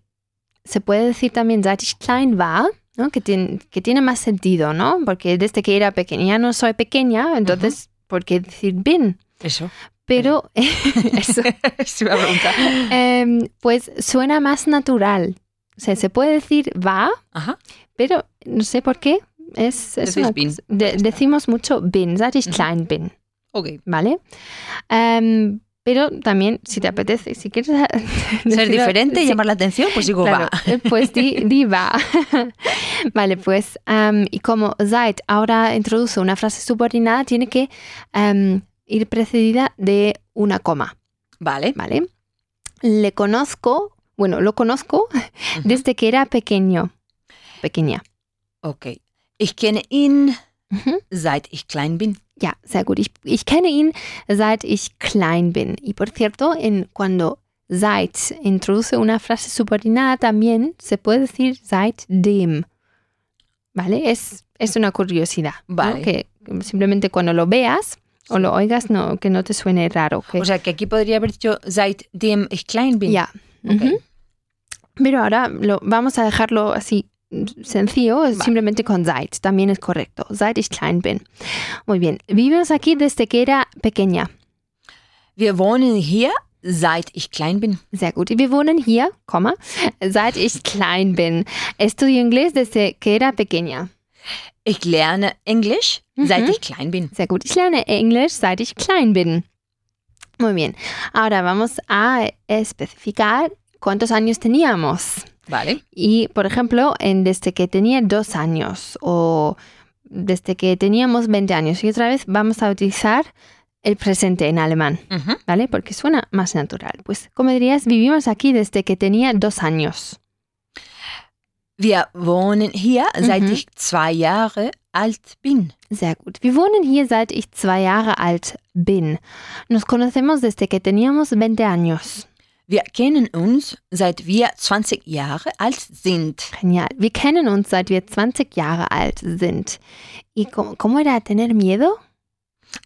S1: se puede decir también, seit ich klein war, ¿no? Que, tiene, que tiene más sentido, ¿no? Porque desde que era pequeña no soy pequeña, entonces, ¿por qué decir bin?
S3: Eso. [LAUGHS]
S1: Pero [LAUGHS] eso,
S3: es una pregunta.
S1: em, pues suena más natural. O sea, se puede decir va,
S3: Ajá.
S1: pero no sé por qué. Es, es
S3: Decís
S1: una
S3: bin.
S1: cosa- de- decimos mucho bin, seit ich
S3: Mhm.
S1: klein bin.
S3: Okay.
S1: ¿vale? Em, pero también, si te apetece, si quieres... [LAUGHS]
S3: Ser
S1: decirlo-
S3: diferente y
S1: sí,
S3: llamar la atención, pues digo
S1: claro,
S3: va.
S1: eh, Pues di, di va. [LAUGHS] vale, pues, em, y como Zeit ahora introduce una frase subordinada, tiene que em, ir precedida de una coma,
S3: Vale.
S1: ¿vale? Le conozco, bueno, lo conozco
S3: Ujú.
S1: desde que era pequeño. Pequeña.
S3: Okay. Ich kenne ihn,
S1: Ujú.
S3: seit ich klein bin.
S1: Ja, sehr gut. Ich, ich kenne ihn, seit ich klein bin. Y por cierto, en cuando seit introduce una frase subordinada, también se puede decir seitdem. ¿Vale? Es, es una curiosidad. ¿no?
S3: Vale.
S1: Que simplemente cuando lo veas o lo oigas, no, que no te suene raro. Que,
S3: O sea, que aquí podría haber dicho, seitdem ich klein bin.
S1: ya.
S3: Okay.
S1: Ujú. Pero ahora lo, vamos a dejarlo así mm, sencillo, simplemente con seit. También es correcto. Seit ich klein bin. Muy bien. Vivimos aquí desde que era pequeña.
S3: Wir wohnen hier, seit ich klein bin.
S1: Sehr gut. Wir wohnen hier, Komma, seit ich klein bin. Estudio inglés desde que era pequeña.
S3: Ich lerne Englisch,
S1: Mhm.
S3: seit ich klein bin.
S1: Sehr gut. Ich lerne Englisch, seit ich klein bin. Muy bien. Ahora vamos a especificar cuántos años teníamos.
S3: Vale.
S1: Y, por ejemplo, en desde que tenía dos años o desde que teníamos 20 años. Y otra vez vamos a utilizar el presente en alemán,
S3: Mhm.
S1: ¿vale? Porque suena más natural. Pues, como dirías, vivimos aquí desde que tenía dos años.
S3: Wir wohnen hier, seit
S1: Mhm.
S3: ich zwei Jahre alt bin.
S1: Sehr gut. Wir wohnen hier, seit ich zwei Jahre alt bin. Nos conocemos desde que teníamos 20 años.
S3: Wir kennen uns, seit wir 20 Jahre alt sind.
S1: Genial. Wir kennen uns, seit wir 20 Jahre alt sind. ¿Y cómo, cómo era tener miedo?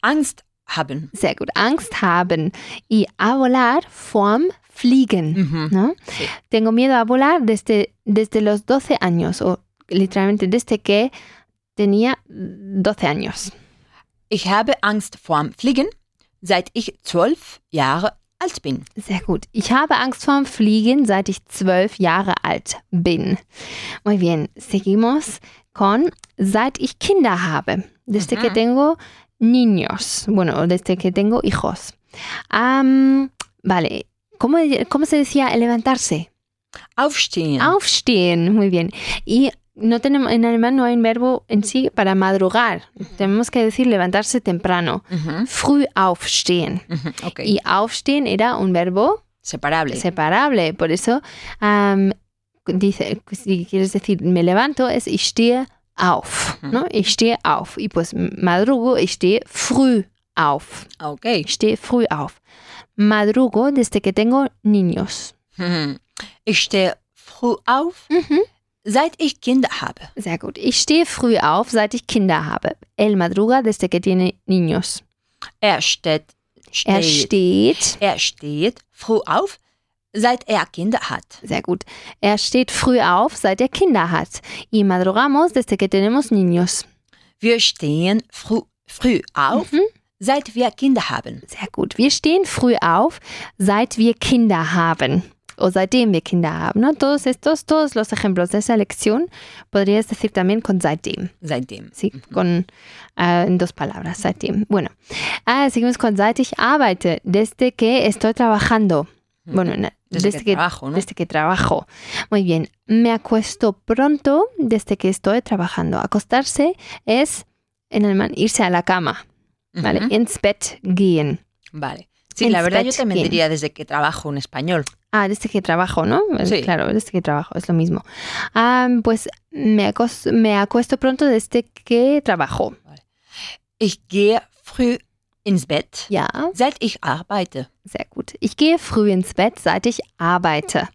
S3: Angst haben.
S1: Sehr gut. Angst haben. Y a volar form fliegen.
S3: Mhm.
S1: ¿no?
S3: Sí.
S1: Tengo miedo a volar desde, desde los 12 años o literalmente desde que tenía 12 años.
S3: Ich habe Angst vorm Fliegen, seit ich 12 Jahre alt bin.
S1: Sehr gut. Ich habe Angst vorm Fliegen, seit ich zwölf Jahre alt bin. Muy bien. Seguimos con seit ich Kinder habe. Desde que
S3: Ujú.
S1: tengo niños. Bueno, desde que tengo hijos. Am, vale. ¿Cómo, ¿Cómo se decía levantarse?
S3: Aufstehen.
S1: Aufstehen. Muy bien. Y no tenemos, en alemán no hay un verbo en sí para madrugar. Tenemos que decir levantarse temprano.
S3: Mhm.
S1: Früh aufstehen.
S3: Mhm. Okay.
S1: Y aufstehen era un verbo
S3: Separable.
S1: separable. Por eso am, dice, si quieres decir me levanto, es ich stehe auf. ¿no? Ich stehe auf. Y pues madrugo, ich stehe früh auf.
S3: okay.
S1: Ich stehe früh auf. Madrugo desde que tengo niños.
S3: Mhm. Ich stehe früh auf,
S1: Mhm.
S3: seit ich Kinder habe.
S1: Sehr gut. Ich stehe früh auf, seit ich Kinder habe. El madruga desde que tiene niños.
S3: Er steht, steht,
S1: Er steht.
S3: er steht früh auf, seit er Kinder hat.
S1: Sehr gut. Er steht früh auf, seit er Kinder hat. Y madrugamos desde que tenemos niños.
S3: Wir stehen früh, früh auf, seit wir Kinder haben.
S1: Sehr gut. Wir stehen früh auf, seit wir Kinder haben. O seitdem wir Kinder haben. ¿no? Todos estos, todos los ejemplos de esa lección podrías decir también con seitdem.
S3: Seitdem.
S1: Sí, con, äh, en dos palabras, seitdem. Bueno, ah, seguimos con seit ich arbeite, desde que estoy trabajando. Bueno, na-
S3: Desde, que, trabajo, ¿no?
S1: desde que trabajo. Muy bien. Me acuesto pronto desde que estoy trabajando. Acostarse es, en alemán, irse a la cama. ¿Vale?
S3: Mhm.
S1: Ins Bett gehen.
S3: Vale. Sí,
S1: Ins
S3: la verdad yo
S1: Bett
S3: también
S1: gehen.
S3: diría desde que trabajo en español.
S1: Ah, desde que trabajo, ¿no? Eh,
S3: Sí.
S1: Claro, desde que trabajo, es lo mismo. Ah, pues me, acos- me acuesto pronto desde que trabajo.
S3: Ich gehe früh ins Bett,
S1: Ja,
S3: seit ich arbeite.
S1: sehr gut. Ich gehe früh ins Bett, seit ich arbeite.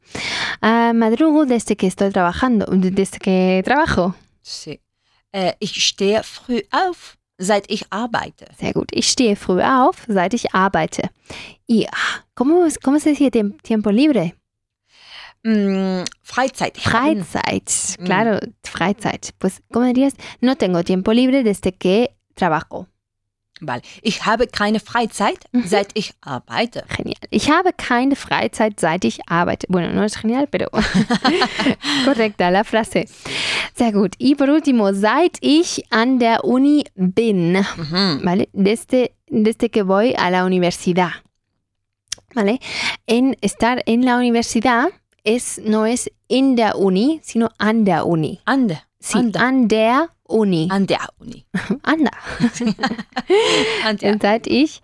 S1: Ah, madrugo desde que estoy trabajando, desde que trabajo.
S3: Sí. Äh, ich stehe früh auf, seit ich arbeite.
S1: Sehr gut. Ich stehe früh auf, seit ich arbeite. Y, ah, ¿cómo, es- ¿Cómo se dice tiemp- tiempo libre?
S3: mm, Freizeit haben.
S1: Freizeit, claro, Freizeit. Pues, ¿cómo dirías? No tengo tiempo libre desde que trabajo.
S3: Weil ich habe keine Freizeit,
S1: Mhm.
S3: seit ich arbeite.
S1: Genial. Ich habe keine Freizeit, seit ich arbeite. Bueno, no es genial, pero [LAUGHS] correcta la frase. Sehr gut. Y por último, seit ich an der Uni bin. [LAUGHS]
S3: Mhm.
S1: ¿vale? Desde, desde que voy a la universidad, ¿vale? En estar en la universidad es, no es in der Uni, sino an der Uni.
S3: An der,
S1: Sí,
S3: An der.
S1: an der Uni.
S3: an der Uni.
S1: An der.
S3: An der.
S1: Und seit ich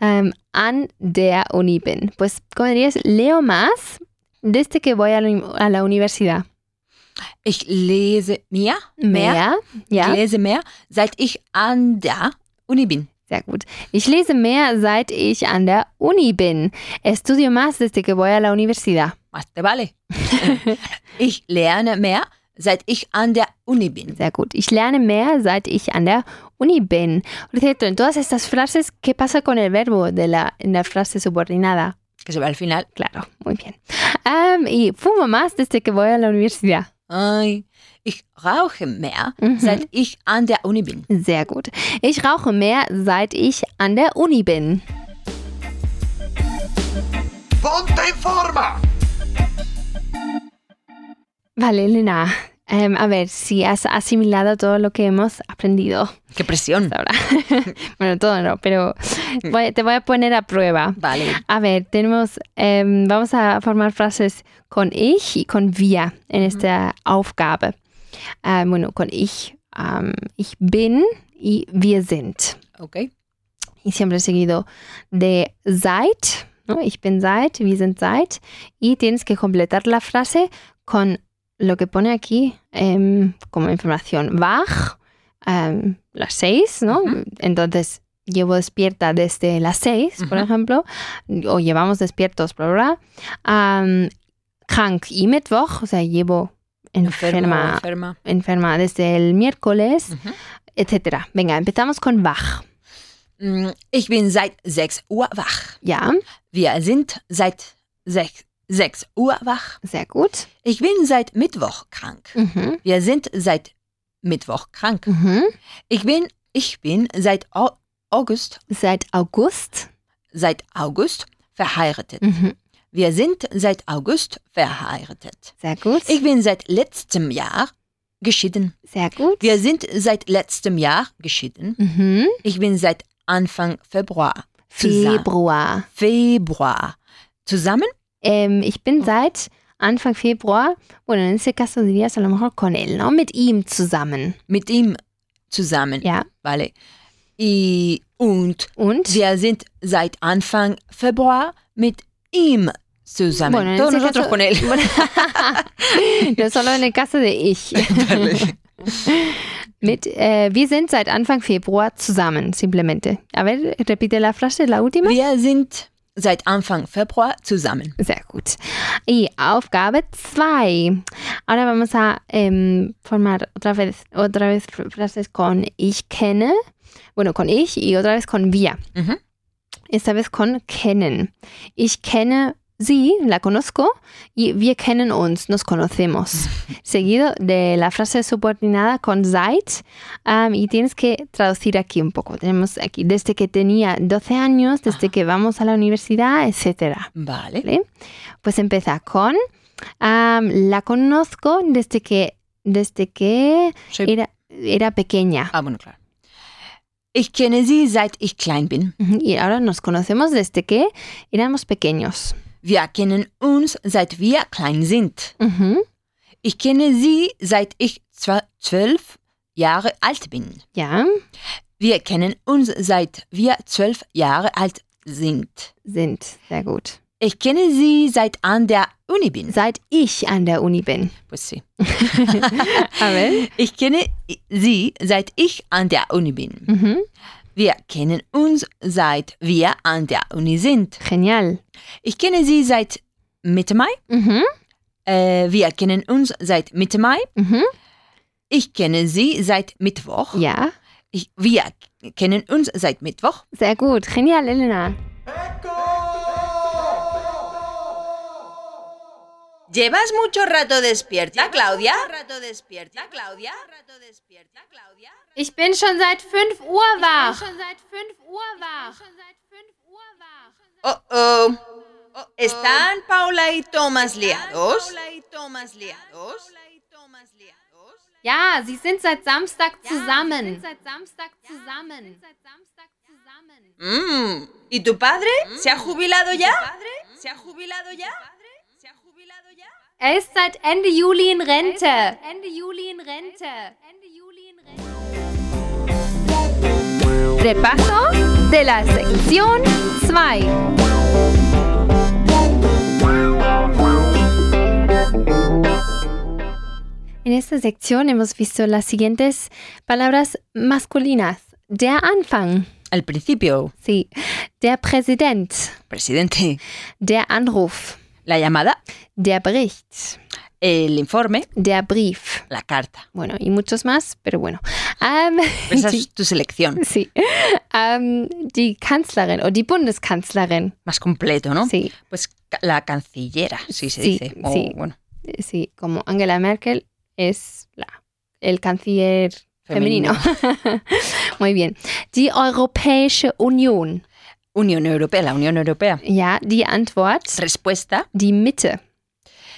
S1: ähm, an der Uni bin. Pues, como dirías, leo más desde que voy a la, uni- a la universidad.
S3: Ich lese mehr, mehr, ich
S1: Ja,
S3: lese mehr, seit ich an der Uni bin.
S1: sehr gut. Ich lese mehr, seit ich an der Uni bin. Estudio más desde que voy a la universidad.
S3: Was
S1: [LAUGHS]
S3: der Balle. ich lerne mehr, seit ich an der Uni bin.
S1: Sehr gut. Ich lerne mehr, seit ich an der Uni bin. Por cierto, en todas estas frases, ¿qué pasa con el verbo de la, en la frase subordinada?
S3: Que se va al final.
S1: Claro, muy bien. Ähm, y fumo más desde que voy a la universidad.
S3: Ei, Ich rauche mehr,
S1: Mhm.
S3: seit ich an der Uni bin.
S1: Sehr gut. Ich rauche mehr, seit ich an der Uni bin.
S2: ¡Ponte en forma!
S1: Vale, Elena. ähm, a ver si has asimilado todo lo que hemos aprendido
S3: Qué presión.
S1: hasta ahora. [LAUGHS] bueno, todo no, pero voy- te voy a poner a prueba.
S3: Vale.
S1: A ver, tenemos, ähm, vamos a formar frases con ich y con wir en esta Aufgabe. Ähm, bueno, con ich, ähm, ich bin y wir sind.
S3: Okay.
S1: Y siempre seguido de seit, ¿no? ich bin seit, wir sind seit. Y tienes que completar la frase con lo que pone aquí em, como información. Wach, em, las seis, ¿no?
S3: Ujú.
S1: Entonces, llevo despierta desde las seis, por
S3: Ujú.
S1: ejemplo, o llevamos despiertos, bla, bla, bla. Am, krank y Mittwoch, o sea, llevo enferma,
S3: Enferma. Mhm.
S1: enferma desde el miércoles,
S3: Ujú.
S1: etcétera. Venga, empezamos con wach.
S3: Mm, Ich bin seit 6 Uhr wach.
S1: Ja,
S3: Wir sind seit 6, 6 Uhr wach.
S1: sehr gut.
S3: Ich bin seit Mittwoch krank.
S1: Mhm.
S3: Wir sind seit Mittwoch krank.
S1: Mhm.
S3: Ich bin, ich bin seit Au- August,
S1: Seit August.
S3: seit August verheiratet.
S1: Mhm.
S3: Wir sind seit August verheiratet.
S1: Sehr gut.
S3: Ich bin seit letztem Jahr geschieden.
S1: Sehr gut.
S3: Wir sind seit letztem Jahr geschieden.
S1: Mhm.
S3: Ich bin seit Anfang Februar. Zusammen.
S1: Februar.
S3: Februar. Zusammen?
S1: Ähm, ich
S3: Oh.
S1: bin seit Anfang Februar, bueno, en ese caso dirías a lo mejor con él, ¿no? ne, Mit ihm zusammen.
S3: Mit ihm zusammen.
S1: Ja.
S3: Vale. I, und
S1: Und,
S3: wir sind seit Anfang Februar mit ihm zusammen.
S1: Bueno, en
S3: Todos
S1: ese
S3: nosotros
S1: caso-
S3: con él.
S1: [LAUGHS] no solo en el caso de
S3: [LAUGHS]
S1: ich. Mit, äh, wir sind seit Anfang Februar zusammen, simplemente. A ver, repite la frase, la última.
S3: Wir sind seit Anfang Februar zusammen.
S1: Sehr gut. Y Aufgabe 2. Ahora vamos a em, formar otra vez, otra vez fr- frases con ich kenne, bueno, con ich y otra vez con wir.
S3: Mhm.
S1: Esta vez con kennen. Ich kenne sie, la conozco, y wir kennen uns, nos conocemos. Seguido de la frase subordinada con seit, am, y tienes que traducir aquí un poco. Tenemos aquí, desde que tenía 12 años, desde que vamos a la universidad, etcétera.
S3: Vale.
S1: Pues empieza con am, la conozco desde que desde que
S3: Schön.
S1: era, era pequeña.
S3: Ah, bueno, klar. Ich kenne sie, seit ich klein bin.
S1: Ujú, Y ahora nos conocemos desde que éramos pequeños.
S3: Wir kennen uns, seit wir klein sind.
S1: Ujú,
S3: Ich kenne sie, seit ich zwa- zwölf Jahre alt bin.
S1: Ya,
S3: Wir kennen uns, seit wir zwölf Jahre alt sind.
S1: sind. Sehr gut.
S3: Ich kenne sie, seit an der Uni bin.
S1: Seit ich an der Uni bin.
S3: Pues sí.
S1: A ver.
S3: Ich kenne sie, seit ich an der Uni bin.
S1: Ujú,
S3: Wir kennen uns, seit wir an der Uni sind.
S1: Genial.
S3: Ich kenne sie seit Mitte Mai.
S1: Ujú,
S3: Äh, wir kennen uns seit Mitte Mai.
S1: ujú,
S3: Ich kenne sie seit Mittwoch.
S1: Ya.
S3: Ich, wir kennen uns seit Mittwoch.
S1: Sehr gut. Genial, Elena.
S5: ¿Llevas mucho rato despierta, Claudia? rato despierta, Claudia?
S1: Ich bin schon seit 5 Uhr wach.
S5: Oh, oh. ¿Están Paula y Thomas liados?
S1: Ja, sie sind seit Samstag zusammen.
S5: Mm, ¿Y tu padre?
S3: Mm.
S5: ¿Se ha jubilado ya? ¿Se ha jubilado ya?
S1: Er ist seit Ende Juli in Rente. Repaso de la sección 2. En esta sección hemos visto las siguientes palabras masculinas. Der Anfang.
S3: Al principio,
S1: Sí. Der Präsident.
S3: presidente, [LAUGHS]
S1: Der Anruf.
S3: la llamada,
S1: Der Bericht.
S3: el informe,
S1: Der Brief.
S3: la carta.
S1: Bueno, y muchos más, pero bueno. Ähm, [LAUGHS]
S3: Esa
S1: die,
S3: es tu selección
S1: sí. Ähm, die Kanzlerin o die Bundeskanzlerin.
S3: más completo, ¿no?
S1: Sí,
S3: Pues ca- la cancillera, si se
S1: Sí,
S3: dice. O,
S1: sí.
S3: bueno,
S1: sí. Como Angela Merkel es la, el canciller femenino. [LAUGHS] Muy bien. Die Europäische Union.
S3: Unión Europea, la Unión Europea.
S1: Ja, die Antwort.
S3: Respuesta,
S1: Die Mitte.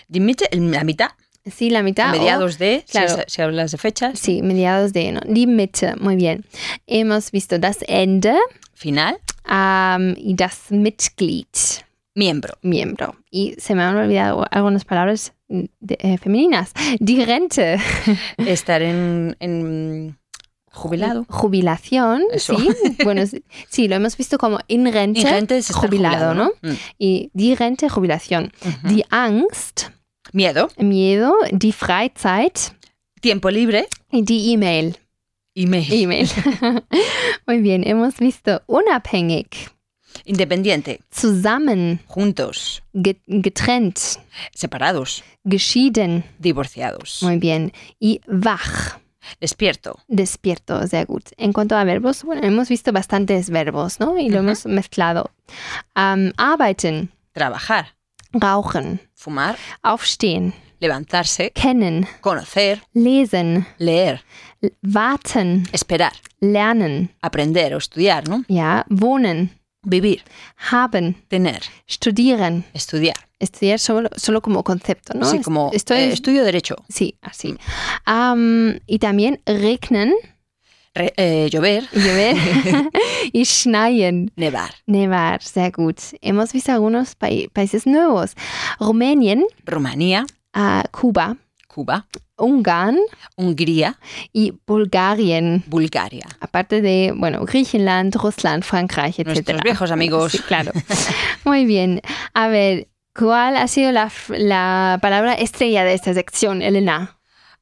S3: dimite, la mitad,
S1: Sí, la mitad.
S3: a
S1: o-
S3: mediados de, si
S1: Ah, oh, claro.
S3: es- si hablas de fechas,
S1: Sí, mediados de ¿no? Die Mitte, muy bien. Hemos visto das Ende
S3: final,
S1: am, y das Mitglied, [LAUGHS]
S3: miembro,
S1: miembro. Y se me han olvidado algunas palabras de- eh, femeninas. Die Rente,
S3: estar en, en jubilado.
S1: jubilación,
S3: Eso. [LAUGHS]
S1: sí. Bueno, sí, sí, lo hemos visto como in Rente,
S3: Ingente es estar
S1: jubilado,
S3: jubilado,
S1: ¿no?
S3: ¿no? Mm.
S1: Y die Rente, jubilación.
S3: Ujú.
S1: Die Angst,
S3: Miedo,
S1: miedo, die Freizeit
S3: tiempo libre
S1: y die E-Mail.
S3: y me-
S1: E-Mail. [LAUGHS] muy bien, hemos visto unabhängig,
S3: independiente,
S1: zusammen.
S3: juntos,
S1: Ge- getrennt,
S3: separados,
S1: geschieden.
S3: divorciados,
S1: Muy bien. Y wach,
S3: despierto,
S1: despierto, sehr gut. En cuanto a verbos, bueno, hemos visto bastantes verbos, ¿no? Y lo hemos mezclado. Am, arbeiten,
S3: trabajar,
S1: rauchen,
S3: fumar,
S1: aufstehen,
S3: levantarse,
S1: kennen,
S3: conocer,
S1: lesen,
S3: leer,
S1: l- warten,
S3: esperar,
S1: lernen,
S3: aprender o estudiar, ¿no?
S1: ja, wohnen,
S3: Vivir,
S1: haben,
S3: tener,
S1: studieren.
S3: estudiar.
S1: Estudiar solo, solo como concepto, ¿no?
S3: Así
S1: Est-
S3: como
S1: Estoy,
S3: eh, estudio derecho,
S1: sí, así. Am, y también regnen,
S3: re- eh, llover, [LAUGHS]
S1: llover [LAUGHS] y schneien.
S3: nevar,
S1: Nevar, sehr gut. Hemos visto algunos pai- países nuevos. Rumänien,
S3: Rumanía,
S1: ah, Cuba,
S3: Cuba,
S1: Ungarn
S3: Hungría,
S1: y Bulgarien.
S3: Bulgaria.
S1: Aparte de, bueno, Griechenland, Russland, Frankreich, etc.
S3: Nuestros viejos amigos.
S1: Sí, claro. [LAUGHS] Muy bien. A ver, ¿cuál ha sido la, f- la palabra estrella de esta sección, Elena?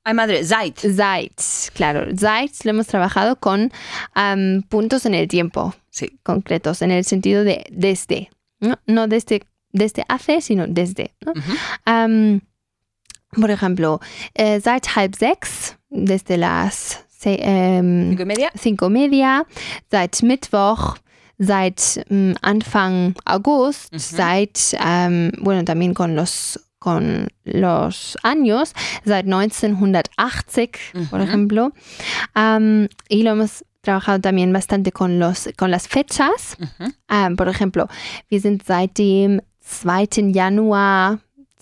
S3: Ay, madre, Zeit.
S1: Zeit, claro. Zeit lo hemos trabajado con am, puntos en el tiempo.
S3: Sí.
S1: concretos en el sentido de desde, no, No desde, desde hace, sino desde. ¿no?
S3: Ujú.
S1: Am, por ejemplo, eh, seit halb sechs, desde las se- em,
S3: Cinco y media.
S1: cinco media, seit Mittwoch, seit mm, Anfang August,
S3: Ujú.
S1: seit, am, bueno, también con los con los años, seit 1980, por
S3: Ujú.
S1: ejemplo. Am, y lo hemos trabajado también bastante con, los, con las fechas.
S3: Ujú.
S1: Am, Ähm, por ejemplo, wir sind seit dem 2. Januar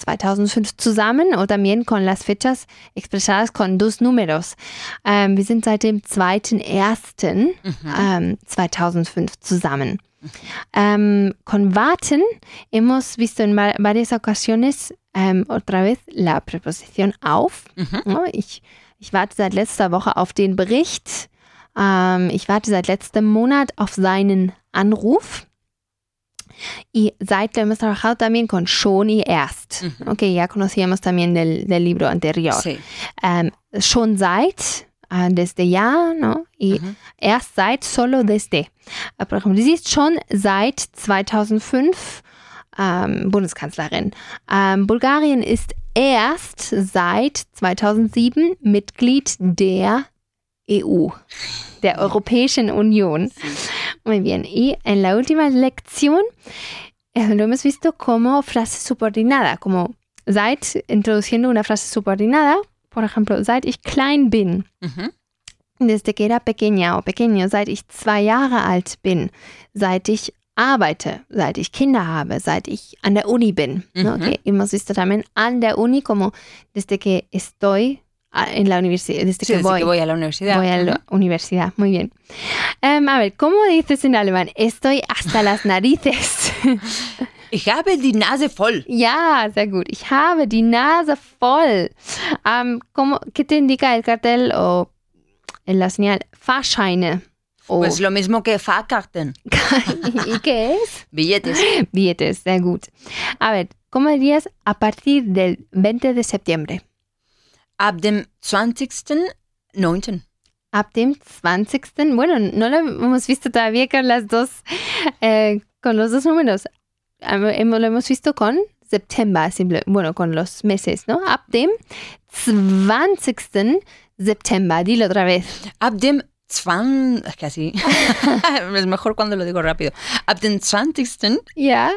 S1: 2005 zusammen o también con las fechas expresadas con dos números. Am, wir sind seit dem 2.1.
S3: Ujú.
S1: Ähm, 2005 zusammen. Ähm, con warten hemos visto en va- varias ocasiones ähm, otra vez la preposición auf.
S3: Ujú.
S1: Ja, Ich, ich warte seit letzter Woche auf den Bericht. Ähm, ich warte seit letztem Monat auf seinen Anruf. Y seit lo hemos trabajado también con schon y erst.
S3: Ujú.
S1: Okay, ya conocíamos también del, del libro anterior.
S3: Sí.
S1: Ähm, schon seit, äh, desde ya, ¿no? Y
S3: Ujú.
S1: ne? erst seit solo desde. Äh, Por ejemplo, sie ist schon seit 2005 ähm, Bundeskanzlerin. Ähm, Bulgarien ist erst seit 2007 Mitglied der EU, der Europäischen Union. Muy bien. Y en la última lección eh, lo hemos visto como frase subordinada, como seit introduciendo una frase subordinada, por ejemplo, seit ich klein bin,
S3: Mhm.
S1: desde que era pequeña o pequeño, seit ich zwei Jahre alt bin, seit ich arbeite, seit ich Kinder habe, seit ich an der Uni bin. ¿no?
S3: Mhm.
S1: Que hemos visto también an der Uni como desde que estoy ah, en la universidad, desde
S3: Sí,
S1: que
S3: desde
S1: voy.
S3: que voy a la universidad.
S1: Voy a la universidad, muy bien. Em, a ver, ¿cómo dices en alemán? Estoy hasta las narices.
S3: Ich habe die Nase voll.
S1: ya, sehr gut. Ich habe die Nase voll. Am, ¿cómo- ¿Qué te indica el cartel o en la señal? Fahrscheine. O,
S3: Pues lo mismo que Fahrkarten,
S1: [LAUGHS] ¿Y qué es?
S3: billetes.
S1: Billetes, sehr gut. A ver, ¿cómo dirías a partir del 20 de septiembre?
S3: Ab dem 20.09.
S1: Ab dem 20. Bueno, no lo hemos visto todavía con las dos, eh, con los dos números. Am- hemo- Lo hemos visto con septiembre, simple, bueno, con los meses, ¿no? Ab dem 20. septiembre. Dilo otra vez. [LAUGHS]
S3: Ab dem 20. Es que así. [LAUGHS] es mejor cuando lo digo rápido. Ab dem 20.
S1: Ya.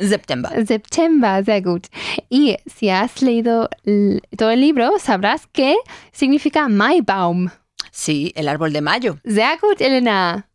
S3: September.
S1: Septiembre, sehr gut. Y si has leído l- todo el libro, sabrás que significa Maibaum.
S3: Sí, el árbol de mayo.
S1: Sehr gut, Elena.